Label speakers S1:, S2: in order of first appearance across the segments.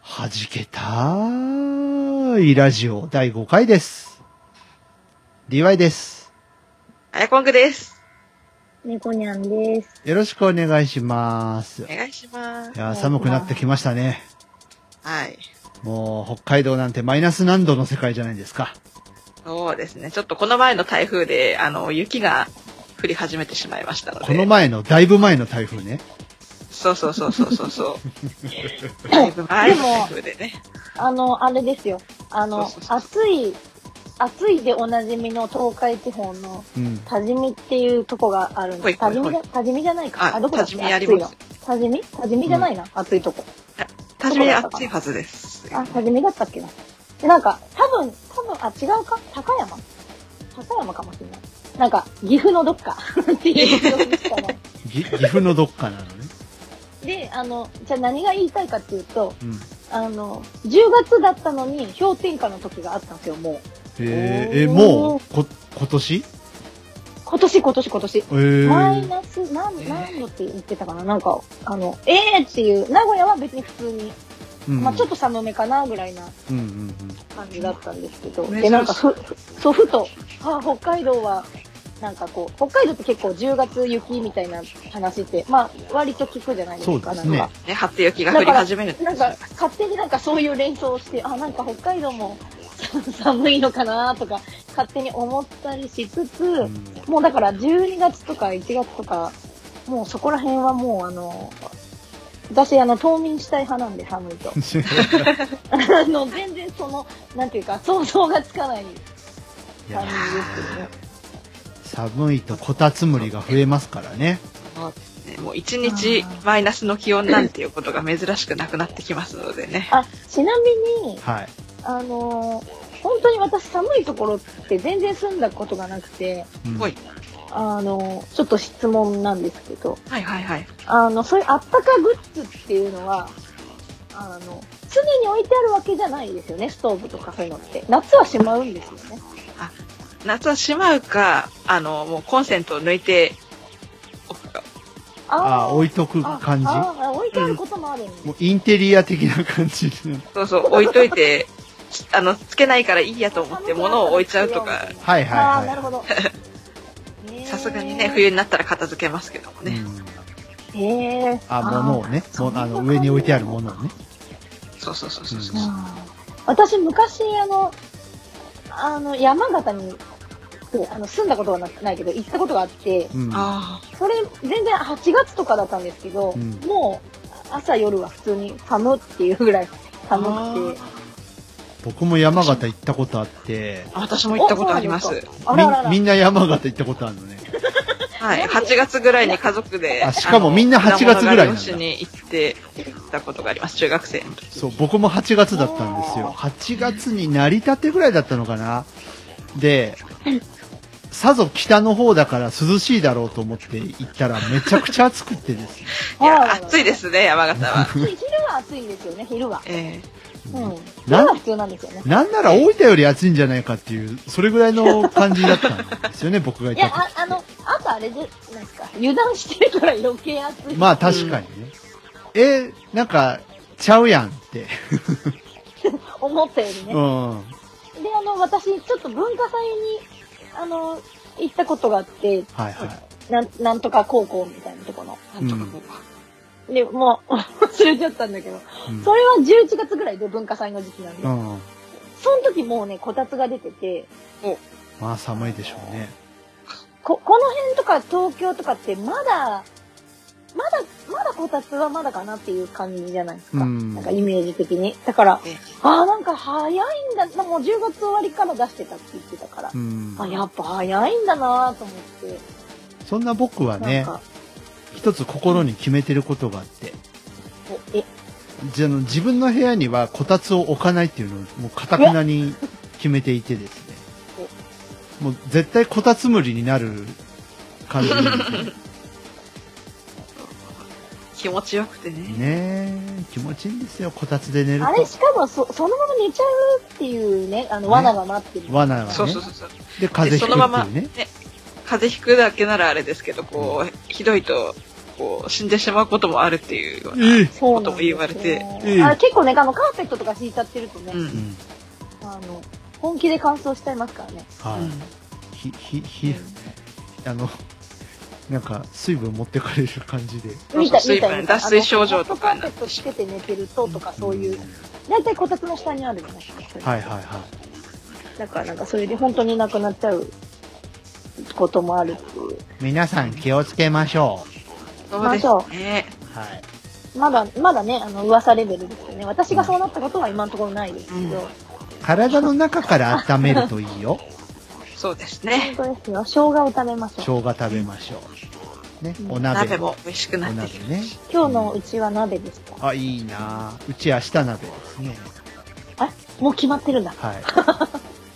S1: はじけたーいラジオ第5回です。DY です。
S2: あやこんくです。
S3: 猫にゃんです。
S1: よろしくお願いします。い
S2: お願いします。
S1: やー、寒くなってきましたね。
S2: はい。
S1: もう、北海道なんてマイナス何度の世界じゃないですか。
S2: そうですね。ちょっとこの前の台風で、あの、雪が降り始めてしまいましたので。
S1: この前の、だいぶ前の台風ね。
S2: そうそうそうそうそうそう。だいぶ前の台風でね。
S3: あの、あれですよ。あの
S2: そう、そう
S3: 暑い、暑いでおなじみの東海地方の
S1: うん。
S3: 多治見っていうとこがあるん
S2: ほ
S3: で
S2: い
S3: す。
S2: ほ
S3: 多
S2: い
S3: 治
S2: ほい
S3: 見じゃ、多治見じゃないか。
S2: あ
S3: あ、どこだっけ
S2: 多治見あります
S3: 暑いの。多治見多治見じゃないな。暑いとこ。
S2: たじめ暑いはずです。
S3: あ、多治見だったっけな。で、なんか、多分、多分、あ、違うか高山高山かもしれない。なんか、岐阜のどっ かっていうところにしかない。
S1: ぎ 岐阜のどっかなのね。
S3: で、あの、じゃあ何が言いたいかっていうと、
S1: うん。
S3: あの、10月だったのに氷点下の時があったんですよ、もう。
S1: えー、え、
S3: おー
S1: もう、こ、今年
S3: 今年、今年、今年。
S1: え
S3: マイ
S1: ー、
S3: ナス
S2: え
S3: 何、
S2: ー
S3: 何度って言ってたかななんか、あの、えーっていう、名古屋は別に普通に、
S1: うん
S3: まあちょっと寒めかなぐらいな
S1: うんうん
S3: 感じだったんですけど、
S2: 珍しい
S3: で、なんかふ、そう、ふと、あ、北海道は、なんかこう、北海道って結構10月雪みたいな話って、まあ割と聞くじゃないで
S1: そ
S3: すか、
S1: うで
S3: な
S1: す
S3: ん
S1: ね
S3: か。
S2: ね、初雪が降り始める。
S3: なんか、勝手になんかそういう連想をして、あ、なんか北海道も 寒いのかなとか、勝手に思ったりしつつ、
S1: うん。 うん
S3: もうだから12月とか1月とか、もうそこら辺はもうあの、私あの冬眠したい派なんで寒 いと。あの、全然その、なんていうか想像がつかない
S1: いや
S3: 感じ
S1: ー
S3: ですよね。
S1: 寒いとこたつむりが増えますからね。
S2: ねもう一日マイナスの気温なんていうことが珍しくなくなってきますのでね。
S3: あ、ちなみに、
S1: はい。
S3: あの、本当に私寒いところって全然住んだことがなくて、
S1: うん
S2: ほい。
S3: あの、ちょっと質問なんですけど、
S2: はいはいはい。
S3: あの、そういうあったかグッズっていうのは、あの、常に置いてあるわけじゃないですよね、ストーブとかそういうのって。夏はしまうんですよね。
S2: 夏はしまうか、あの、もうコンセントを抜いておくか。
S1: あー、置
S3: い
S1: いとく感じ。
S3: ああ置いてあることもあるんで
S1: もうインテリア的な感じで。
S2: そうそう、置いといて、あの、つけないからいいやと思って物を置いちゃうとか、
S1: はいはいはい。
S3: ああ、なるほど。
S2: さすがにね、冬になったら片付けますけども
S1: う
S2: ね。
S1: ん
S3: へえー。
S1: あ、物をね、もあの上に置いてあるものをね。
S2: そうそうそうそうそう
S3: あ。ー私、昔、あの、あの、山形に、あの住んだことはなないけど、行ったことがあって、
S1: うん。
S2: あ
S3: それ、全然8月とかだったんですけど、
S1: うん
S3: もう朝夜は普通に寒っていうぐらい寒くて。
S1: 僕も山形行ったことあって、
S2: あ、私も行ったことありま
S3: おそう
S2: す
S3: なん。ですかあらら
S1: みん
S3: ら。
S1: みんな山形行ったことあるのね。
S2: はい。8月ぐらいに家族で、
S1: あしかもみんな8月ぐらいなんだ
S2: しに行って、行ったことがあります。中学生の時。
S1: そう、僕も8月だったんですよ。8月になりたてぐらいだったのかな。で、さぞ北の方だから涼しいだろうと思って行ったらめちゃくちゃ暑くて ですね。
S2: い
S3: あ
S2: や、
S3: ららら
S2: 暑いですね、山 形は。
S3: 昼は暑いですよね、昼は。
S2: え
S3: うん。
S1: な
S3: 昼は普通なんですよね。
S1: なんなら大分より暑いんじゃないかっていう、それぐらいの感じだったんですよ ね、僕が
S3: い
S1: 行っ
S3: や、
S1: た
S3: ああの、朝あれじゃないですか。油断してるから余計暑い。
S1: 時。まあ確かにね。え、なんか、ちゃうやんって。
S3: 思ったよりね。
S1: う
S3: で、
S1: ん。
S3: あの、私、ちょっと文化祭に、あの、行ったことがあって、
S1: はいはい。
S3: なん、なんとか高校みたいなとこの。
S2: えなんとかこうか。
S3: で、もう、 忘れちゃったんだけど、
S1: うん
S3: それは11月ぐらいで文化祭の時期なんで、
S1: うん。
S3: その時もうね、こたつが出てて、
S1: まあ寒いでしょうね。
S3: こ、この辺とか東京とかってまだ、まだ、まだこたつはまだかなっていう感じじゃないですか。
S1: うん
S3: なんかイメージ的に。だから、
S2: ええ
S3: ああ、なんか早いんだ。もう10月終わりから出してたって言ってたから。
S1: うん。
S3: あ、やっぱ早いんだなぁと思って。
S1: そんな僕は
S3: なん
S1: ね、
S3: か、
S1: 一つ心に決めてることがあって、
S3: え、
S1: じゃあの自分の部屋にはこたつを置かないっていうのをもうかたくなに決めていてですねもう絶対こたつむりになる感じ
S2: 気持ちよくてね。
S1: ね気持ちいいんですよこたつで寝る
S3: あれ、
S1: と
S3: しかもそ、そのまま寝ちゃうっていうね、あの、罠が待ってる。
S1: 罠がね
S2: そうそうそうそう。
S1: で風
S2: で
S1: 邪
S2: そ
S1: ひく
S2: のまま
S1: っていうね、
S2: ね風邪ひくだけならあれですけど、こう、ひどいと、こう、死んでしまうこともあるっていうような。
S1: ええ
S3: そう
S2: ことも言われて
S1: ええ
S3: あれ結構ね、あの、カーペットとか敷いちゃってるとね、
S2: うん
S1: うん
S3: あの、本気で乾燥しちゃいますからね。
S1: はい、
S2: うん
S1: ひひひあのなんか水分持ってかれる感じで
S2: そう
S3: 見た、
S2: 水
S3: 見
S2: 分
S3: た、見た。
S2: 脱水症状とか
S3: あのホットカーペットつけて寝てるととか、そういう、大体こたつの下にあるじゃないですか。
S1: はいはいは
S3: だからなんか、それで本当になくなっちゃうこともあるっていう。
S1: い皆さん気をつけましょ
S2: そうですね。
S1: うはい
S3: うんまだ、まだね、あの、噂レベルですよね。私がそうなったことは今のところないですけど、
S2: うん
S1: 体の中から温めるといいよ
S2: そうですね。
S3: 本当ですよ。生姜を食べましょう。
S1: 生姜食べましょうねお鍋
S2: 鍋も美味しく
S1: お
S2: なって
S1: 鍋
S2: き
S1: ね
S3: 今日のうちは鍋でした。
S1: あいいなあうち明日鍋ですね
S3: あ、もう決まってるんだ。
S1: は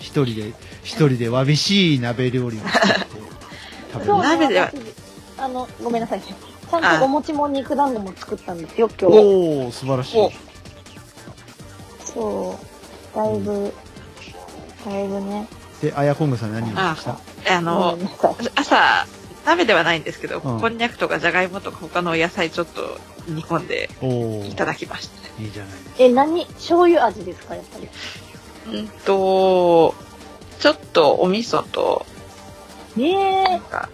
S1: い一人で一人でわびしい鍋料理を作って食べ
S3: 今
S1: ま
S3: 日
S1: す
S3: ね
S2: 鍋では
S3: 私あの、ごめんなさい。ちゃんとお餅も肉団子も作ったんですよ、今日。
S1: おお素晴らしい
S2: お
S3: そう。だいぶ、だいぶね。
S1: であやこんぐさん何をした
S2: た。あ
S3: ご
S2: の
S3: めん、なさい。
S2: 朝、鍋ではないんですけど、
S1: うん
S2: こんにゃくとかじゃがいもとか他のお野菜ちょっと煮込んで
S1: おお
S2: いただきましたね。
S1: いいじゃないです
S3: え、何醤油味ですか、やっぱり。
S2: うんと、ちょっとお味噌と、
S3: ね
S2: なんか、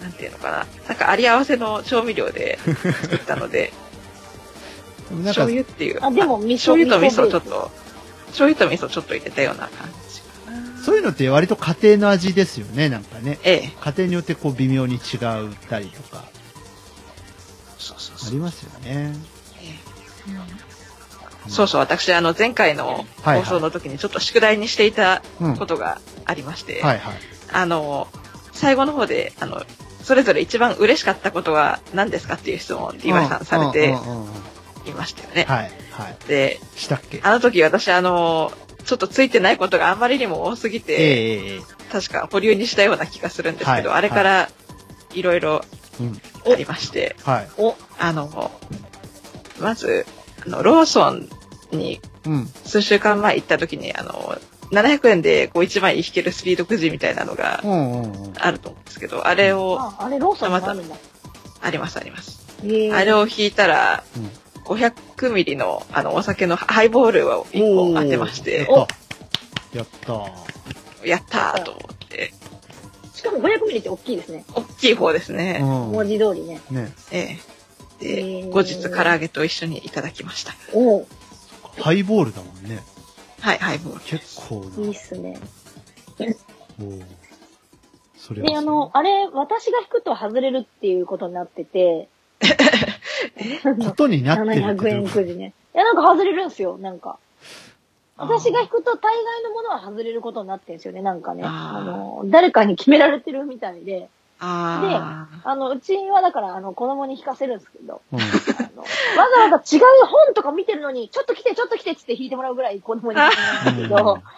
S2: なんていうのかな。なんかあり合わせの調味料で作ったので、
S1: か。でも なん
S2: 醤
S1: か、
S2: 油っていう。
S3: あでも味噌
S2: 醤油と味噌ちょっ
S3: 味噌ベース
S2: と、醤油と味噌ちょっと入れたような感じかな。
S1: そういうのって割と家庭の味ですよね、なんかね。
S2: ええ。
S1: 家庭によってこう微妙に違うったりとか、
S2: そうそう
S1: あ
S2: そ
S1: り
S2: う。
S1: ますよね。
S2: そうそう、私、あの、前回の
S1: はいはい
S2: 放送の時にちょっと宿題にしていた
S1: うん。
S2: ことがありまして、
S1: はいはい。
S2: あの、最後の方で、あの、それぞれ一番嬉しかったことは何ですかっていう質問を DY さんされ
S1: う
S2: て
S1: んうんうんうん
S2: いましたよね。
S1: はい、はい。
S2: で、
S1: したっけ
S2: あの時私、あの、ちょっとついてないことがあまりにも多すぎ
S1: え
S2: て、
S1: ええええ
S2: 確か保留にしたような気がするんですけど、
S1: はい
S2: あれからいろいろ
S1: えうん。
S2: ありまして、
S1: はい。
S3: お、
S2: あの、まず、あのローソンに
S1: うん。
S2: 数週間前行った時に、あの、700円でこう1枚引けるスピードくじみたいなのが
S1: うんうんうん。
S2: あると思うんですけど、あれを、
S3: あ、あれローソンにもあるんだ。
S2: ありますあります。
S3: へえ
S2: あれを引いたら、
S1: うん
S2: 500ミリのあのお酒のハイボールを1
S1: お
S2: 本
S1: ー
S2: 当てまして、
S1: やった。やっ
S2: やったーと思って、
S3: しかも500ミリって大きいですね。
S2: 大きい方です
S1: た
S2: ね。
S1: ー。う
S3: 文
S1: ん。
S3: 字通りね。
S1: ね。
S2: ええ
S3: へ
S2: で、
S3: ー
S2: 後日唐揚げと一緒にいただきました。
S3: おう
S1: ハイボールだもんね。
S2: はい、ハイボール。
S1: 結構
S3: いい
S1: な
S3: っ。すね。
S1: おーそれは
S3: で、あの、あれ、私が引くと外れるっていうことになってて、
S1: ことになってるってど
S3: 700
S1: ういう
S3: 円
S1: こと
S3: くじね。いや、なんか外れるんすよ、なんか。私が引くと大概のものは外れることになってんすよね、なんかね。
S2: あー
S3: あの、誰かに決められてるみたいで。
S2: あー
S3: あの、うちはだから、あの、子供に引かせるんですけど、
S1: うん
S3: あのわざわざ違う本とか見てるのに、ちょっと来て、ちょっと来てっつって引いてもらうぐらい子供に引いてるんですけ
S1: うん
S3: ど、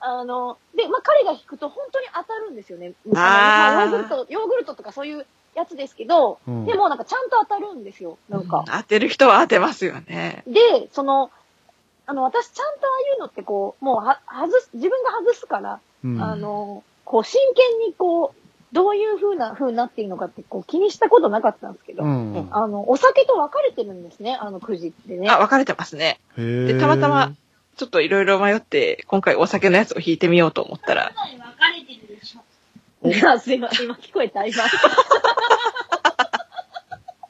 S3: あの、で、まあ、彼が引くと本当に当たるんですよね。
S2: あー
S3: まあヨーグルト、ヨーグルトとかそういうやつですけど、
S1: うん
S3: でもなんかちゃんと当たるんですよ、なんか。
S2: 当てる人は当てますよね。
S3: で、その、あの、私ちゃんとああいうのってこう、もうは、外す、自分が外すから、
S1: うん
S3: あの、こう、真剣にこう、どういう風な、風になっていいのかって、こう、気にしたことなかったんですけど、
S1: うん。
S3: あの、お酒と分かれてるんですね、あのくじってね。
S2: あ、分かれてますね。
S1: へー
S2: でたまたま。ちょっといろいろ迷って、今回お酒のやつを引いてみようと思ったら、
S3: あすいません、今聞こえた、今。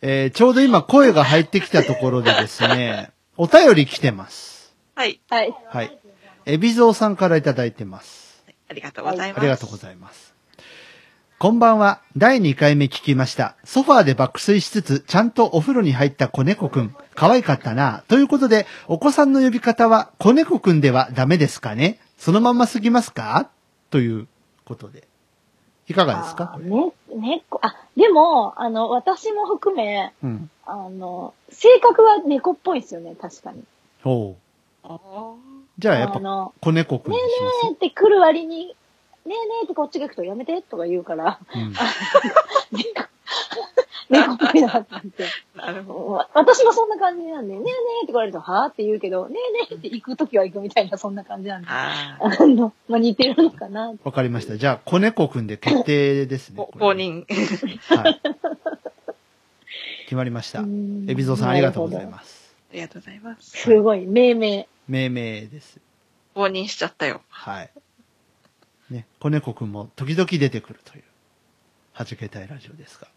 S1: えーちょうど今声が入ってきたところでですね、お便り来てます。
S2: はい、
S3: はい。
S1: はい。エビゾウさんからいただいてます。
S2: ありがとうございます。
S1: ありがとうございます。こんばんは。第2回目聞きました。ソファーで爆睡しつつ、ちゃんとお風呂に入った子猫くん。可愛かったな。ということで、お子さんの呼び方は、子猫くんではダメですかねそのまますぎますかということで。いかがですか
S3: あ
S1: これ。
S3: ね、猫、あ、でも、あの、私も含め、
S1: うん。
S3: あの、性格は猫っぽいですよね、確かに。
S1: おう
S2: あ
S1: じゃあやっ
S3: あ
S1: ぱ
S3: の、
S1: 子猫くん
S3: ね
S1: にし
S3: えねえって来る割に、ねえねえってこっちが行くとやめてとか言 うから、
S1: ます。
S3: 猫、猫っぽいなって思って。
S2: あ、なるほど。
S3: わ私もそんな感じなんで、ねえねえって来られると、はぁって言うけど、ねえねえって行くときは行くみたいな、そんな感じなんで。あ
S2: ああ、
S3: の、まあ、似てるのかな。
S1: うん。わかりました。じゃあ、子猫くんで決定 ですね。
S2: こ
S1: これ
S2: 公認。
S1: はい。決まりました。エ
S3: エ
S1: ビゾさんありがとうございます。
S2: ありがとうございます。
S3: す。すごい、命名。
S1: 命名です。
S2: 公認しちゃったよ。
S1: はい。ね、子猫くんも時々出てくるという、はじけたいラジオですが。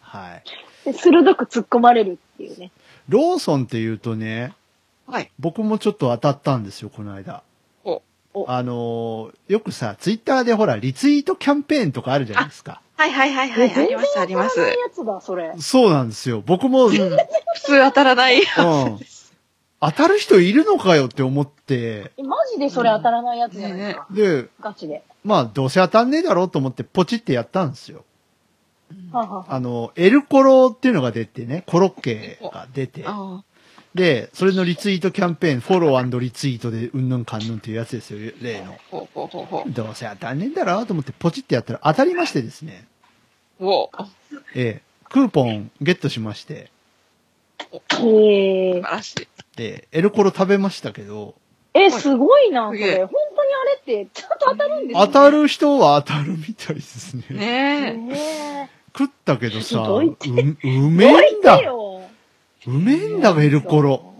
S1: はい。
S3: で鋭く突っ込まれるっていうね。
S1: ローソンって言うとね、
S2: はい。
S1: 僕もちょっと当たったんですよ、この間。
S2: お
S3: お
S1: あのーよくさ、ツイッターでほら、リツイートキャンペーンとかあるじゃないですか。
S2: はいはいはいはい。
S3: え
S2: ありますありま
S3: 全然
S2: す。
S3: 当たらないやつだ、それ。
S1: そうなんですよ。僕も、うん
S2: 普通当たらな
S1: う
S2: い。
S1: ん。当たる人いるのかよって思って、
S3: えマジでそれ当たらないやつじゃないですか。
S1: で、
S3: ガチで。
S1: まあ、どうせ当たんねえだろうと思って、ポチってやったんですよ。
S3: はあはあはあ
S1: あの、エルコロっていうのが出てね、コロッケが出て、
S2: あ
S1: で、それのリツイートキャンペーン、フォローリツイートで、うんぬんかんぬんっていうやつですよ、例の。
S2: ほうほうほうほ
S1: どうせ当たんねえんだろうと思って、ポチってやったら当たりましてですね、
S2: う。おう
S1: ええ、クーポンゲットしまして、
S3: へ
S2: 素晴
S3: ー
S2: らしい。
S1: で、エルコロ食べましたけど、
S3: え、すごいな、そ
S2: すげえ
S3: れ。本当にあれって、ちゃんと当たるんです
S1: 当たる人は当たるみたいですね。
S2: ね
S3: ね
S1: 食ったけどさ、
S3: ど
S1: う
S3: いて
S1: う
S3: え。
S1: めえんだ
S3: どいてよ
S1: うめえんだエルコロ。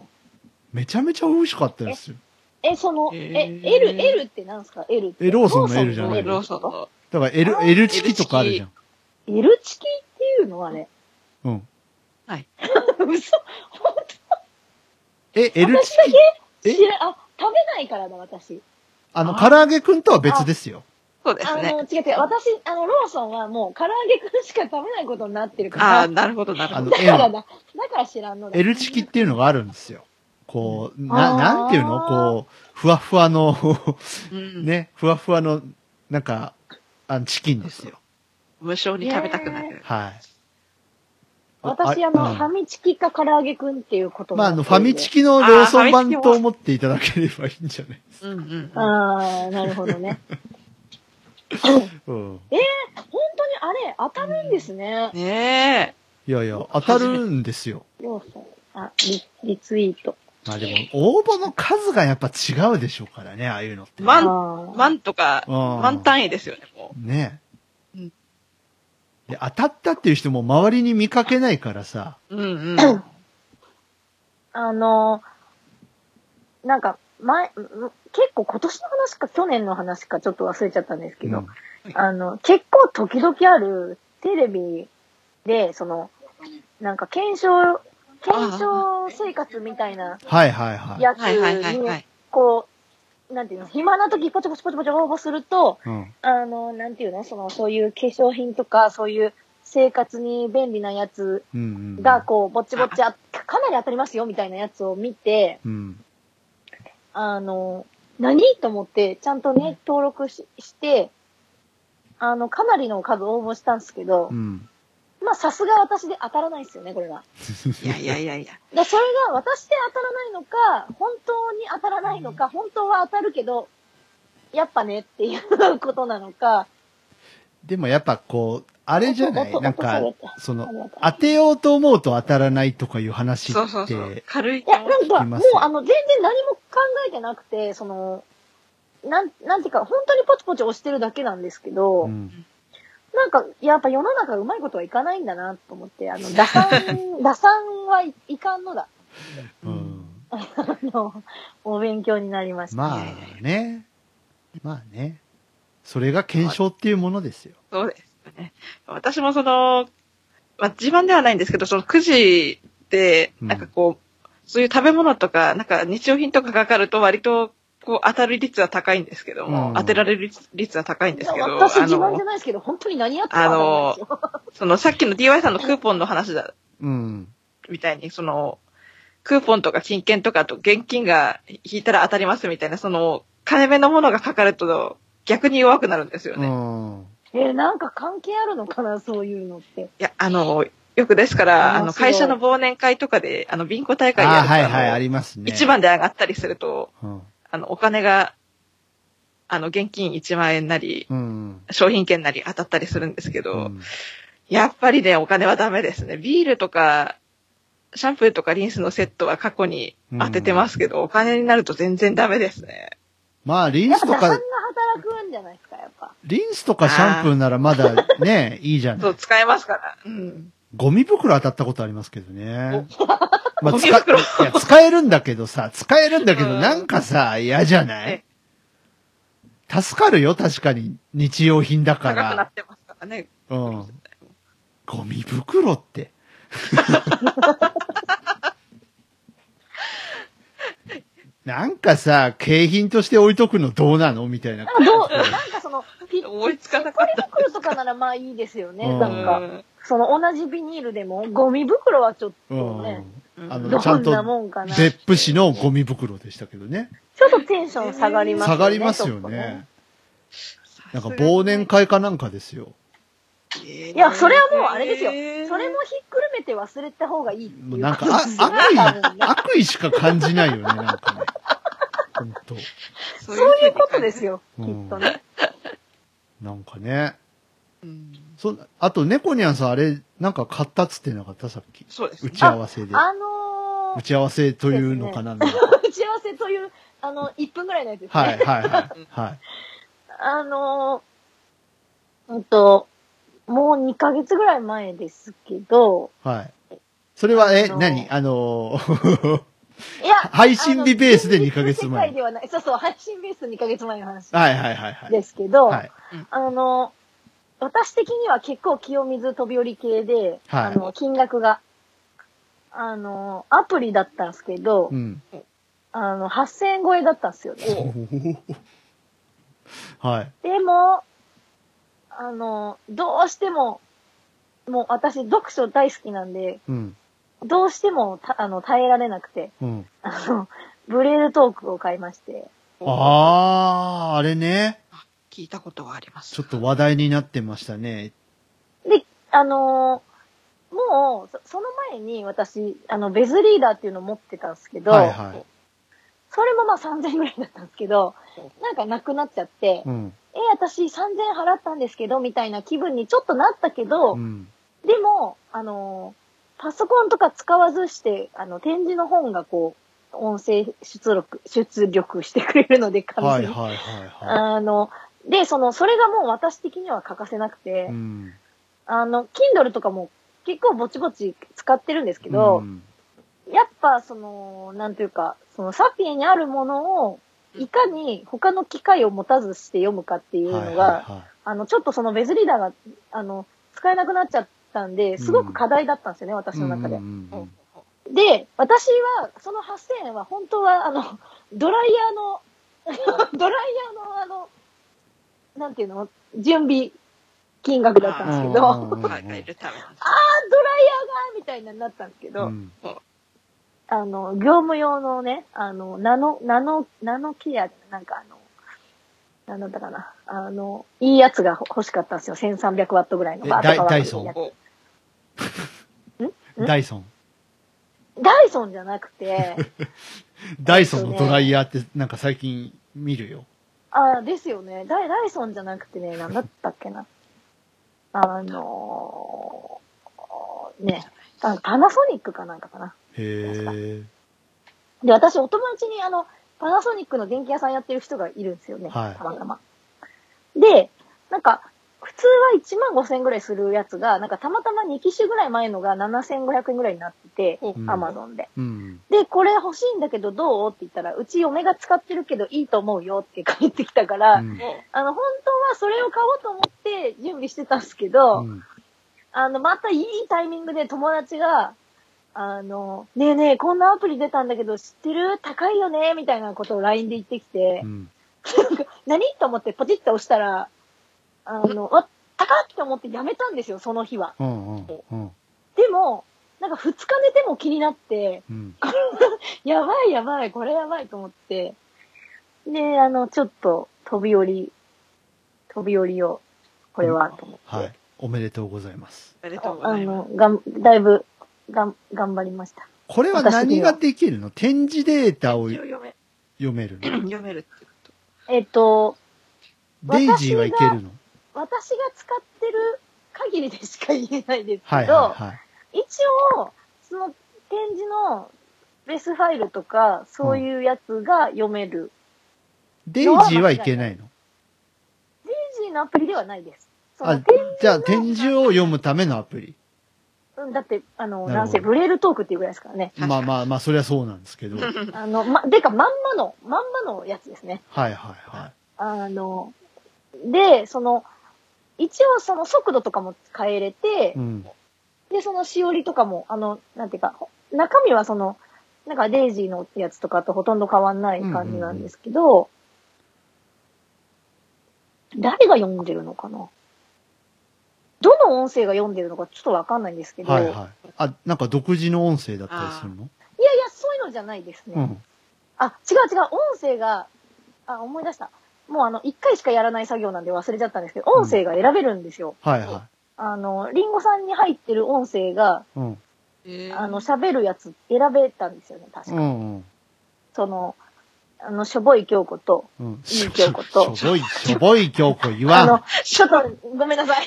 S1: めちゃめちゃ美味しかったですよ。
S3: え、その、
S2: えー
S3: え、L、L ってなんですか ?L って。
S1: えローソンの L じゃない
S2: え。ローソン
S3: ン
S2: の。
S1: だから L、L チキとかあるじゃん。
S3: の L チキっていうのはね。
S1: うん。
S3: 嘘
S1: え、L チ
S3: 私だけ
S1: え
S3: 知ら、あ、食べないからだ、私。
S1: あの、唐揚げくんとは別ですよ。
S2: そうです
S3: あ
S2: ね。
S3: の、違う違う。私、あの、ローソンはもう、唐揚げくんしか食べないことになってるから。
S2: ああ、なるほどなる
S1: あ
S2: ほ
S1: の
S2: ど。、
S3: だから
S1: L、
S3: だ、だから知らんのだ。
S1: L チキっていうのがあるんですよ。こう、な、
S3: あー
S1: なんていうのこう、ふわふわの、
S2: うん。
S1: ね、ふわふわの、なんか、あの、チキンですよ。
S2: 無償に食べたくなる。
S1: はい。
S3: 私、あの、
S1: うん
S3: ファミチキか唐揚げくんっていうこと
S1: まあ、あの、ファミチ
S3: キ。
S1: キのローソン版と思っていただければいいんじゃないですか。
S2: うんうん。
S3: ああ、なるほ どね。
S1: うん。
S3: 本当にあれ、当たるんですね。
S2: ねえ。
S1: いやいや、当たるんですよ。
S3: 要素。あ、リリツイート。
S1: まあでも、応募の数がやっぱ違うでしょうからね、ああいうのって。
S3: あ
S2: 万、
S3: ー
S2: 万とか、
S1: うん
S2: 万単位ですよね、も
S1: ねえ
S2: うん
S1: で、当たったっていう人も周りに見かけないからさ。
S2: う。うんうん。
S3: あの、なんか、前、ん結構今年の話か去年の話かちょっと忘れちゃったんですけど、
S1: うん
S3: あの、結構時々あるテレビで、その、なんか検証、検証生活みたいな
S1: はいはいはい。
S3: やつ
S2: はいはいはい
S3: に
S2: はい。
S3: こう、なんていうの、暇な時ポチポチポチポチ応募すると、
S1: うん。
S3: あの、なんていうの、その、そういう化粧品とか、そういう生活に便利なやつ
S1: うん、うん。
S3: が、こう、ぼちぼちあ、かなり当たりますよ、みたいなやつを見て、
S1: うん。
S3: あの、何と思って、ちゃんとね、登録しして、あの、かなりの数応募したんですけど
S1: う、ん。
S3: まあ、さすが私で当たらないですよね、これは。
S2: いやいやいやいや。
S3: で、それが私で当たらないのか、本当に当たらないのか、本当は当たるけど、やっぱねっていうことなのか、
S1: でもやっぱこう、あれじゃない
S3: 音音
S1: なんか
S3: 音下げ、て
S1: その
S3: あ、りがとう
S1: 当てようと思うと当たらないとかいう話って、
S2: そうそうそう。軽い
S3: いや、なんか、
S1: 聞き
S3: も
S1: ま
S3: う
S1: すよ、
S3: あの、全然何も考えてなくて、その、なん、なんていうか、本当にポチポチ押してるだけなんですけど、
S1: うん
S3: なんか、やっぱ世の中うまいことはいかないんだなと思って、あの、打 算、打算はいいかんのだ。
S1: う
S2: うんん。
S3: あの、お勉強になりました。
S1: まあね。まあね。それが検証っていうものですよ。
S2: そうですね。私もその、まあ、自慢ではないんですけど、そのくじで、
S1: うん
S2: なんかこう、そういう食べ物とか、なんか日用品とかがかると割と、こう当たる率は高いんですけど
S1: う
S2: も、
S1: ん
S2: 当てられる率率は高いんですけど、
S3: 私
S2: あ
S3: 自慢
S2: の
S3: じゃ、ないですけど、本当に何やっても当たらないですよ。
S2: そのさっきの DY さんのクーポンの話だ、
S1: うん。
S2: みたいに、その、クーポンとか金券とかあと現金が引いたら当たりますみたいな、その、金目のものがかかると逆に弱くなるんですよ
S1: う
S2: ね。い
S1: ん。
S3: えーなんか関係あるのかな、そういうのって。
S2: や、あの、欲ですから、あ
S3: 面
S2: の、
S3: 白い
S2: 会社の忘年会とかで、あの、ビンコ大会や
S1: あ
S2: る
S1: ー、
S2: と
S1: は
S2: あ
S1: い
S2: の
S1: はい、ありますね。
S2: 一、番で上がったりすると、
S1: うん。
S2: あの、お金が、あの、現金1万円なり、
S1: うん。
S2: 商品券なり当たったりするんですけど、
S1: うん
S2: やっぱりね、お金はダメですね。ビールとか、シャンプーとかリンスのセットは過去に当ててますけど、お金になると全然ダメですね。
S1: まあ、リン
S3: やっ
S1: ス
S3: ぱ
S1: と
S3: 打算が
S1: か、
S3: 働くんじゃないですか、やっぱ。
S1: リンスとかシャンプーならまだね、いいじゃな
S2: そ、
S1: いう
S2: 使えますから。うん。
S1: ゴミ袋当たったことありますけどね。まあ、
S2: ゴ
S1: 使
S2: ミ
S1: い
S2: 袋
S1: や使えるんだけどさ、使えるんだけ
S2: う
S1: ど、
S2: ん
S1: なんかさ、嫌じゃない
S2: ね
S1: 助かるよ、確かに。日用品だか
S2: 高くな
S1: ら。
S2: ってますからね。
S1: うん。ゴミ袋って。 なんかさ、景品として置いとくのどうなのみたいな。
S3: どう、なんかその、ピッ
S2: 思いつかなか
S3: ポ
S2: っ
S3: リ
S2: た。
S3: 袋とかならまあいいですよね、
S1: うん
S3: なん
S2: う
S3: か。
S2: ん
S3: その同じビニールでも、ゴミ袋はちょっ
S1: う
S3: とね
S1: ん、。あの、ちゃ
S3: ど
S1: ん
S3: ん
S1: と
S3: なもんかな。
S1: 別府市のゴミ袋でしたけどね。
S3: ちょっとテンション下がりますよね。
S1: 下がります
S3: ちょ
S1: よ
S3: っと
S1: ね。。なんか忘年会かなんかですよ。
S2: い
S3: いや、それはもうあれですよ。それ
S2: も
S3: もひっくるめて忘れた方がいいっていう
S1: もうなんか、
S3: こと
S1: あ
S3: ですね
S1: 悪意
S3: 多分、ね
S1: 悪意しか感じないよね、なんかね。本当
S2: そ
S3: そういうことですよ、き
S1: う
S3: っ
S1: ん
S3: とね。
S1: なんかね。
S2: うん
S1: そあと、猫にゃんさん、あれ、なんか買ったっつってなかったさっき。
S2: そうです
S1: 打
S2: ね。
S1: ち合わせで。
S3: あの
S1: 打
S3: ー、
S1: ち合わせというのかな、なんか
S3: 打ち合わせという、あの、1分ぐらいのやつですね。
S1: はい、はい、はい。はい。
S3: あのー、うんと、もう2ヶ月ぐらい前ですけど、
S1: はい。それは、え、
S3: あの
S1: 何あの ー、
S3: いや、
S1: 配信日ベースで2ヶ月
S3: 世界
S1: 前。
S3: ではない。そうそう、配信ベース2ヶ月前の話
S1: はい、はい、はい、は
S3: で
S1: い。
S3: すけど、
S1: はい。
S3: あの、私的には結構清水飛び降り系で、
S1: はい
S3: あの、金額が、あの、アプリだったんですけど、
S1: うん。
S3: あの、8000円超えだったんですよね。
S1: はい。
S3: でも、あの、どうしても、もう私読書大好きなんで、
S1: うん。
S3: どうしてもた、あの、耐えられなくて、
S1: うん。
S3: あの、ブレードトークを買いまして、
S2: あ。
S1: あー、あれね。
S2: 聞いたことはあります。
S1: ちょっと話題になってましたね。
S3: で、あのーもうそ、その前に私、あの、ベズリーダーっていうの持ってたんですけど、
S1: はいはい。
S3: それもまあ3000円ぐらいだったんですけど、なんかなくなっちゃって、
S1: うん。
S3: え、私3000円払ったんですけど、みたいな気分にちょっとなったけど、
S1: うん。
S3: でも、あのーパソコンとか使わずして、あの、展示の本がこう、音声出力、出力してくれるので、紙に
S1: はいはいはいは
S3: あの、で、その、それがもう私的には欠かせなくて、
S1: い。うん。
S3: あの、Kindle とかも結構ぼちぼち使ってるんですけど
S1: う、ん
S3: やっぱその、なんていうか、そのサピエにあるものを、いかに他の機械を持たずして読むかっていうのが、
S1: はいはいは
S3: あの、ちょっとそのベズリーダーが、あの、使えなくなっちゃったんで、すごく課題だったんですよね、
S1: い
S3: 私の中で
S1: うん。うんうん
S3: で、私は、その8000円は本当は、あの、 ドライヤーの、 ドライヤーの、あの、なんていうの、準備金額だったんですけど、
S1: あ
S3: あ
S1: ー
S3: ー、ドラ
S1: う
S3: イヤーが
S1: ん
S2: 考えるためなんです
S3: みたいなになったんですけど、
S1: うん
S3: あの、業務用のね、あの、ナノ、ナノ、ナノケア、なんかあの、なんだったかな。あの、いいやつが欲しかったんですよ。1300ワットぐらいの。
S1: え
S3: バーッとか
S1: ダイダイソン
S3: わかる
S2: お
S1: ダイソン。
S3: やつダイソンじゃなくて、
S1: ダイソンのドライヤーってなんか最近見るよ。
S3: ああ、ですよね。ダイ、ダイソンじゃなくてね、なんだったっけな。あのー、ね、あのパナソニックかなんかかな。
S1: へ
S3: で、私、お友達に、あの、パナソニックの電気屋さんやってる人がいるんですよね。
S1: はい
S3: たまたま。で、なんか、普通は1万5千円ぐらいするやつが、なんかたまたま2機種ぐらい前のが7500円ぐらいになってて、
S2: お
S1: うん
S3: アマゾンで。
S1: え。うん。
S3: で、これ欲しいんだけどどうって言ったら、うち嫁が使ってるけどいいと思うよって帰ってきたから、
S1: うん
S2: お
S3: あの、本当はそれを買おうと思って準備してたんですけど、
S1: うん
S3: あの、またいいタイミングで友達が、あの、ねえねえ、こんなアプリ出たんだけど知ってる高いよねみたいなことを LINE で言ってきて
S1: う、ん。
S3: 何と思ってポチッと押したら、あ の、わ、高っと思ってやめたんですよ、その日は。
S1: うんうんうん
S3: でも、なんか2日寝ても気になって、
S1: うん。
S3: やばいやばい、これやばいと思って、で、あの、ちょっと飛び降り、飛び降りを、これは、と思って。
S1: はい。おめでとうございます。
S2: おめでとうご
S3: あ
S2: ざいます。
S3: の、がん、だいぶ、がん、頑張りました。
S1: これは何ができるの展示データを
S2: 一応読め、
S1: 読めるの
S2: 読めるってこ
S3: えっと、
S1: デイジーはいけるの
S3: 私が使ってる限りでしか言えないです
S1: は
S3: け
S1: い
S3: ど、
S1: はいはい。
S3: 一応、その展示のベースファイルとか、そういうやつが読める。
S1: デイジーはいけないの
S3: ページのアプリではないです。そ
S1: あ
S3: の展、
S1: じゃあ展示を読むためのアプリ。
S3: うんだって、あ
S1: なる
S3: の、
S1: ほど
S3: なんせブレールトークっていうぐらいですからね。
S2: かに
S1: まあまあまあ、そりゃそうなんですけ ど。はい
S2: と。
S3: あの、ま、でか、まんまの、まんまのやつですね。
S1: はいは
S3: あの、で、その、一応その速度とかも変えれて
S1: い。う、ん。
S3: で、そのしおりとかも、あの、なんていうか、中身はその、なんかデイジーのやつとかとほとんど変わんない感じなんですけど、誰が読んでるのかなどの音声が読んでるのかちょっとわかんないんですけど、
S1: はい
S3: い
S1: はい。あ、なんか独自の音声だったりするの
S3: やいや、そういうのじゃないですね。
S1: うん。
S3: あ、違う違う、音声が、あ、思い出した。もうあの、一回しかやらない作業なんで忘れちゃったんですけど、音声が選べるんですよ。
S1: はいは
S3: あの、リンゴさんに入ってる音声が、
S1: い。うん。
S2: えー
S3: あの、喋るやつ選べたんですよね、確か。
S1: うんうん。
S3: その、あの、しょぼい京子と、
S1: うん。
S3: いい京子と
S1: しょぼい、しょぼい京子言わ
S3: あ
S1: ん。
S3: の、ちょっと、ごめんなさい。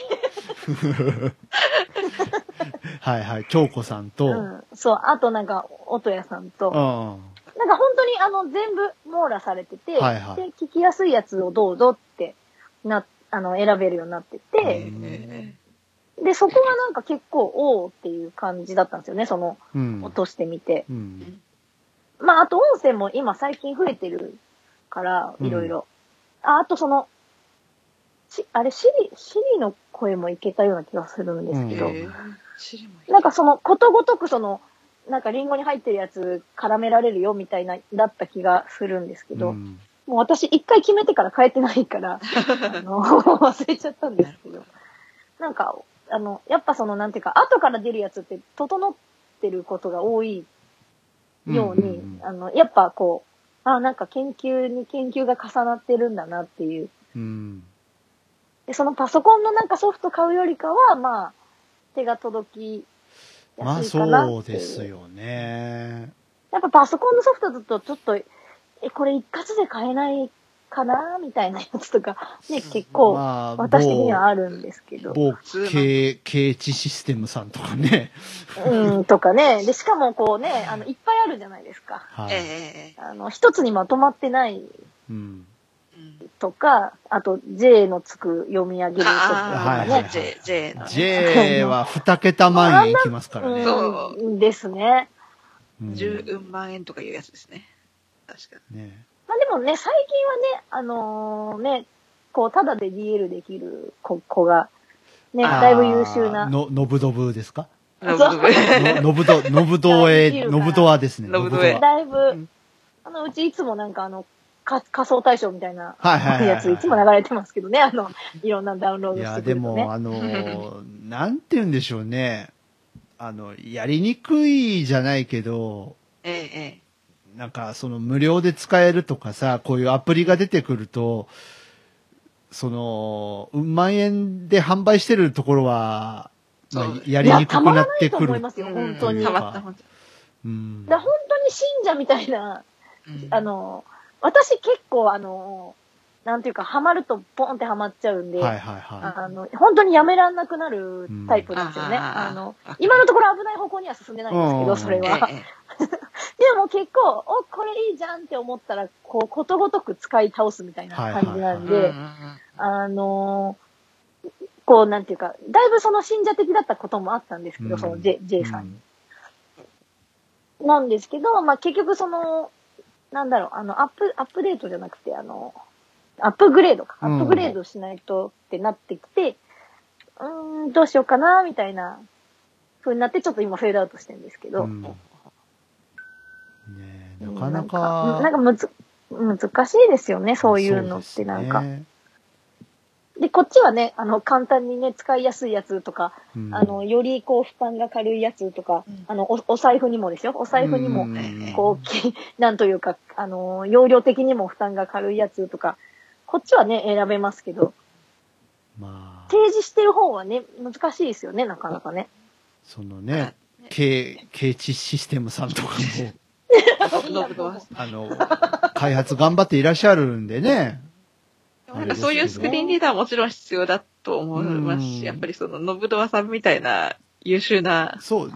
S1: はいはい。京子さんと。
S3: う
S1: うん。
S3: ん。そう、あとなんか、音谷さんと、なんか本当にあの、全部網羅されてて、
S1: はいはい
S3: で、聞きやすいやつをどうぞって、な、あの、選べるようになってて、
S2: え
S3: で、そこはなんか結構、おーっていう感じだったんですよね、その、
S1: うん。
S3: 落としてみて。
S1: うん。
S3: まあ、あと音声も今最近増えてるから、いろいろ。あ、あとその、し、あれ、シリ、シリの声もいけたような気がするんです
S2: ー
S3: け
S2: え
S3: ど、
S2: ー、知りもいい
S3: なんかその、ことごとくその、なんかリンゴに入ってるやつ絡められるよみたいな、だった気がするんですけど、
S1: うん
S3: もう私一回決めてから変えてない から、あの、忘れちゃったんですけど。なんか、あの、やっぱその、なんていうか、後から出るやつって整ってることが多いように、
S1: ん
S3: あの、やっぱこう、あなんか研究に研究が重なってるんだなっていう。
S1: うん。
S3: で、そのパソコンのなんかソフト買うよりかは、まあ、手が届き
S1: ま
S3: や
S1: あ
S3: すいかなっていう。
S1: そうですよね。
S3: やっぱパソコンのソフトだとちょっと、え、これ一括で買えないかなみたいなやつとか、ね、結構、
S1: まあ、
S3: 私的には
S1: 某、
S3: あるんですけど。
S1: 某経経知システムさんとかね。
S3: うん、とかね。で、しかもこうね、あの、いっぱいあるじゃないですか。
S1: はい。
S2: え
S3: あの、一つにまとまってない
S1: うん。
S2: ーうん
S3: とか、あと、J のつく読み上げると
S1: は
S3: か
S2: あ
S1: い
S2: あ、
S1: はい
S3: ね
S1: は。い
S2: J、J の。
S1: J は2桁万円いきますからね。
S2: そう
S3: うん、ですね。
S1: うん
S2: 10万円とかいうやつですね。確か。
S1: ね
S3: まあでもね、最近はね、あのーね、こう、ただで DL できる子子が、ね、
S2: あー
S3: だいぶ優秀な。
S1: の、のぶどぶです か
S3: そう
S1: ののぶど、のぶど
S3: い
S1: え、
S3: や
S1: のぶどあですね。
S2: のぶどえ
S1: のぶ
S3: だいぶ、
S2: ん
S3: あの、うちいつもなんかあの、か仮想大賞みたいな
S1: はいはいはいはい
S3: やついつも流れてますけどね、あの、いろんなダウンロー
S1: い
S3: ドし
S1: や、
S3: て
S1: で
S3: くるとね。
S1: も、あの、なんて言うんでしょうね。あの、やりにくいじゃないけど、
S2: えええ
S1: なんか、その無料で使えるとかさ、こういうアプリが出てくると、その、うん万円で販売してるところは、まあ
S2: そう
S1: やりにくくなってく
S3: いやたま
S1: る
S3: らないと思いま。す
S2: え
S3: よ、
S2: うん
S3: 本当に。
S2: た
S3: だか
S2: まった、本
S1: うん。
S3: ら本当に信者みたいな、
S2: 当に。
S3: あ、の、私結構あの、なんていうか、ハマるとポンってハマっちゃうんで、
S1: はいはいは
S3: あの、本当にやめらんなくなるタイプなんですよね。
S2: うんあー
S3: あの、今のところ危ない方向には進んでないんですけ
S1: う
S3: ど、
S1: ん
S3: それ
S2: え
S3: は。
S2: え
S3: でも結構、お、これいいじゃんって思ったら、こう、ことごとく使い倒すみたいな感じなん
S2: ええ
S3: で、
S2: うんうん
S3: あのこう、なんていうか、だいぶその信者的だったこともあったんですけ
S1: い。
S3: ど、
S1: うん
S3: その J, J さんに。
S1: うん
S3: なんですけど、まあ、結局その、なんだろう、あの、アップ、アップデートじゃなくて、あの、アップグレードか。
S1: う
S3: ア
S1: ん
S3: ップグレードしないとってなってきて、うーん、どうしようかな、みたいな、風になって、ちょっと今フェードアウトしてるんですけど、
S1: うんねえなか
S3: な
S1: なんか、
S3: なんかむず、難しいですよね、そういうのってなんか。でこっちはね、あの、簡単にね、使いやすいやつとか、あの、よりこう、負担が軽いやつとか、
S2: うん
S3: あのお、お財布にもですよ、お財布にも、
S2: ね
S3: こう、き、 なんというか、あのー、容量的にも負担が軽いやつとか、こっちはね、選べますけ
S1: う
S3: ど、
S1: んま
S3: 提示してる方はね、難しいですよね、なかなかね。
S1: そのね、K、K チシステムさんとかも、
S2: ノブドア
S1: あの、開発頑張っていらっしゃるんでね。
S2: なんかそういうスクリーンリーダーはもちろん必要だと思います
S1: うん
S2: し、やっぱりその、ノブドアさんみたいな優秀な、
S1: そう、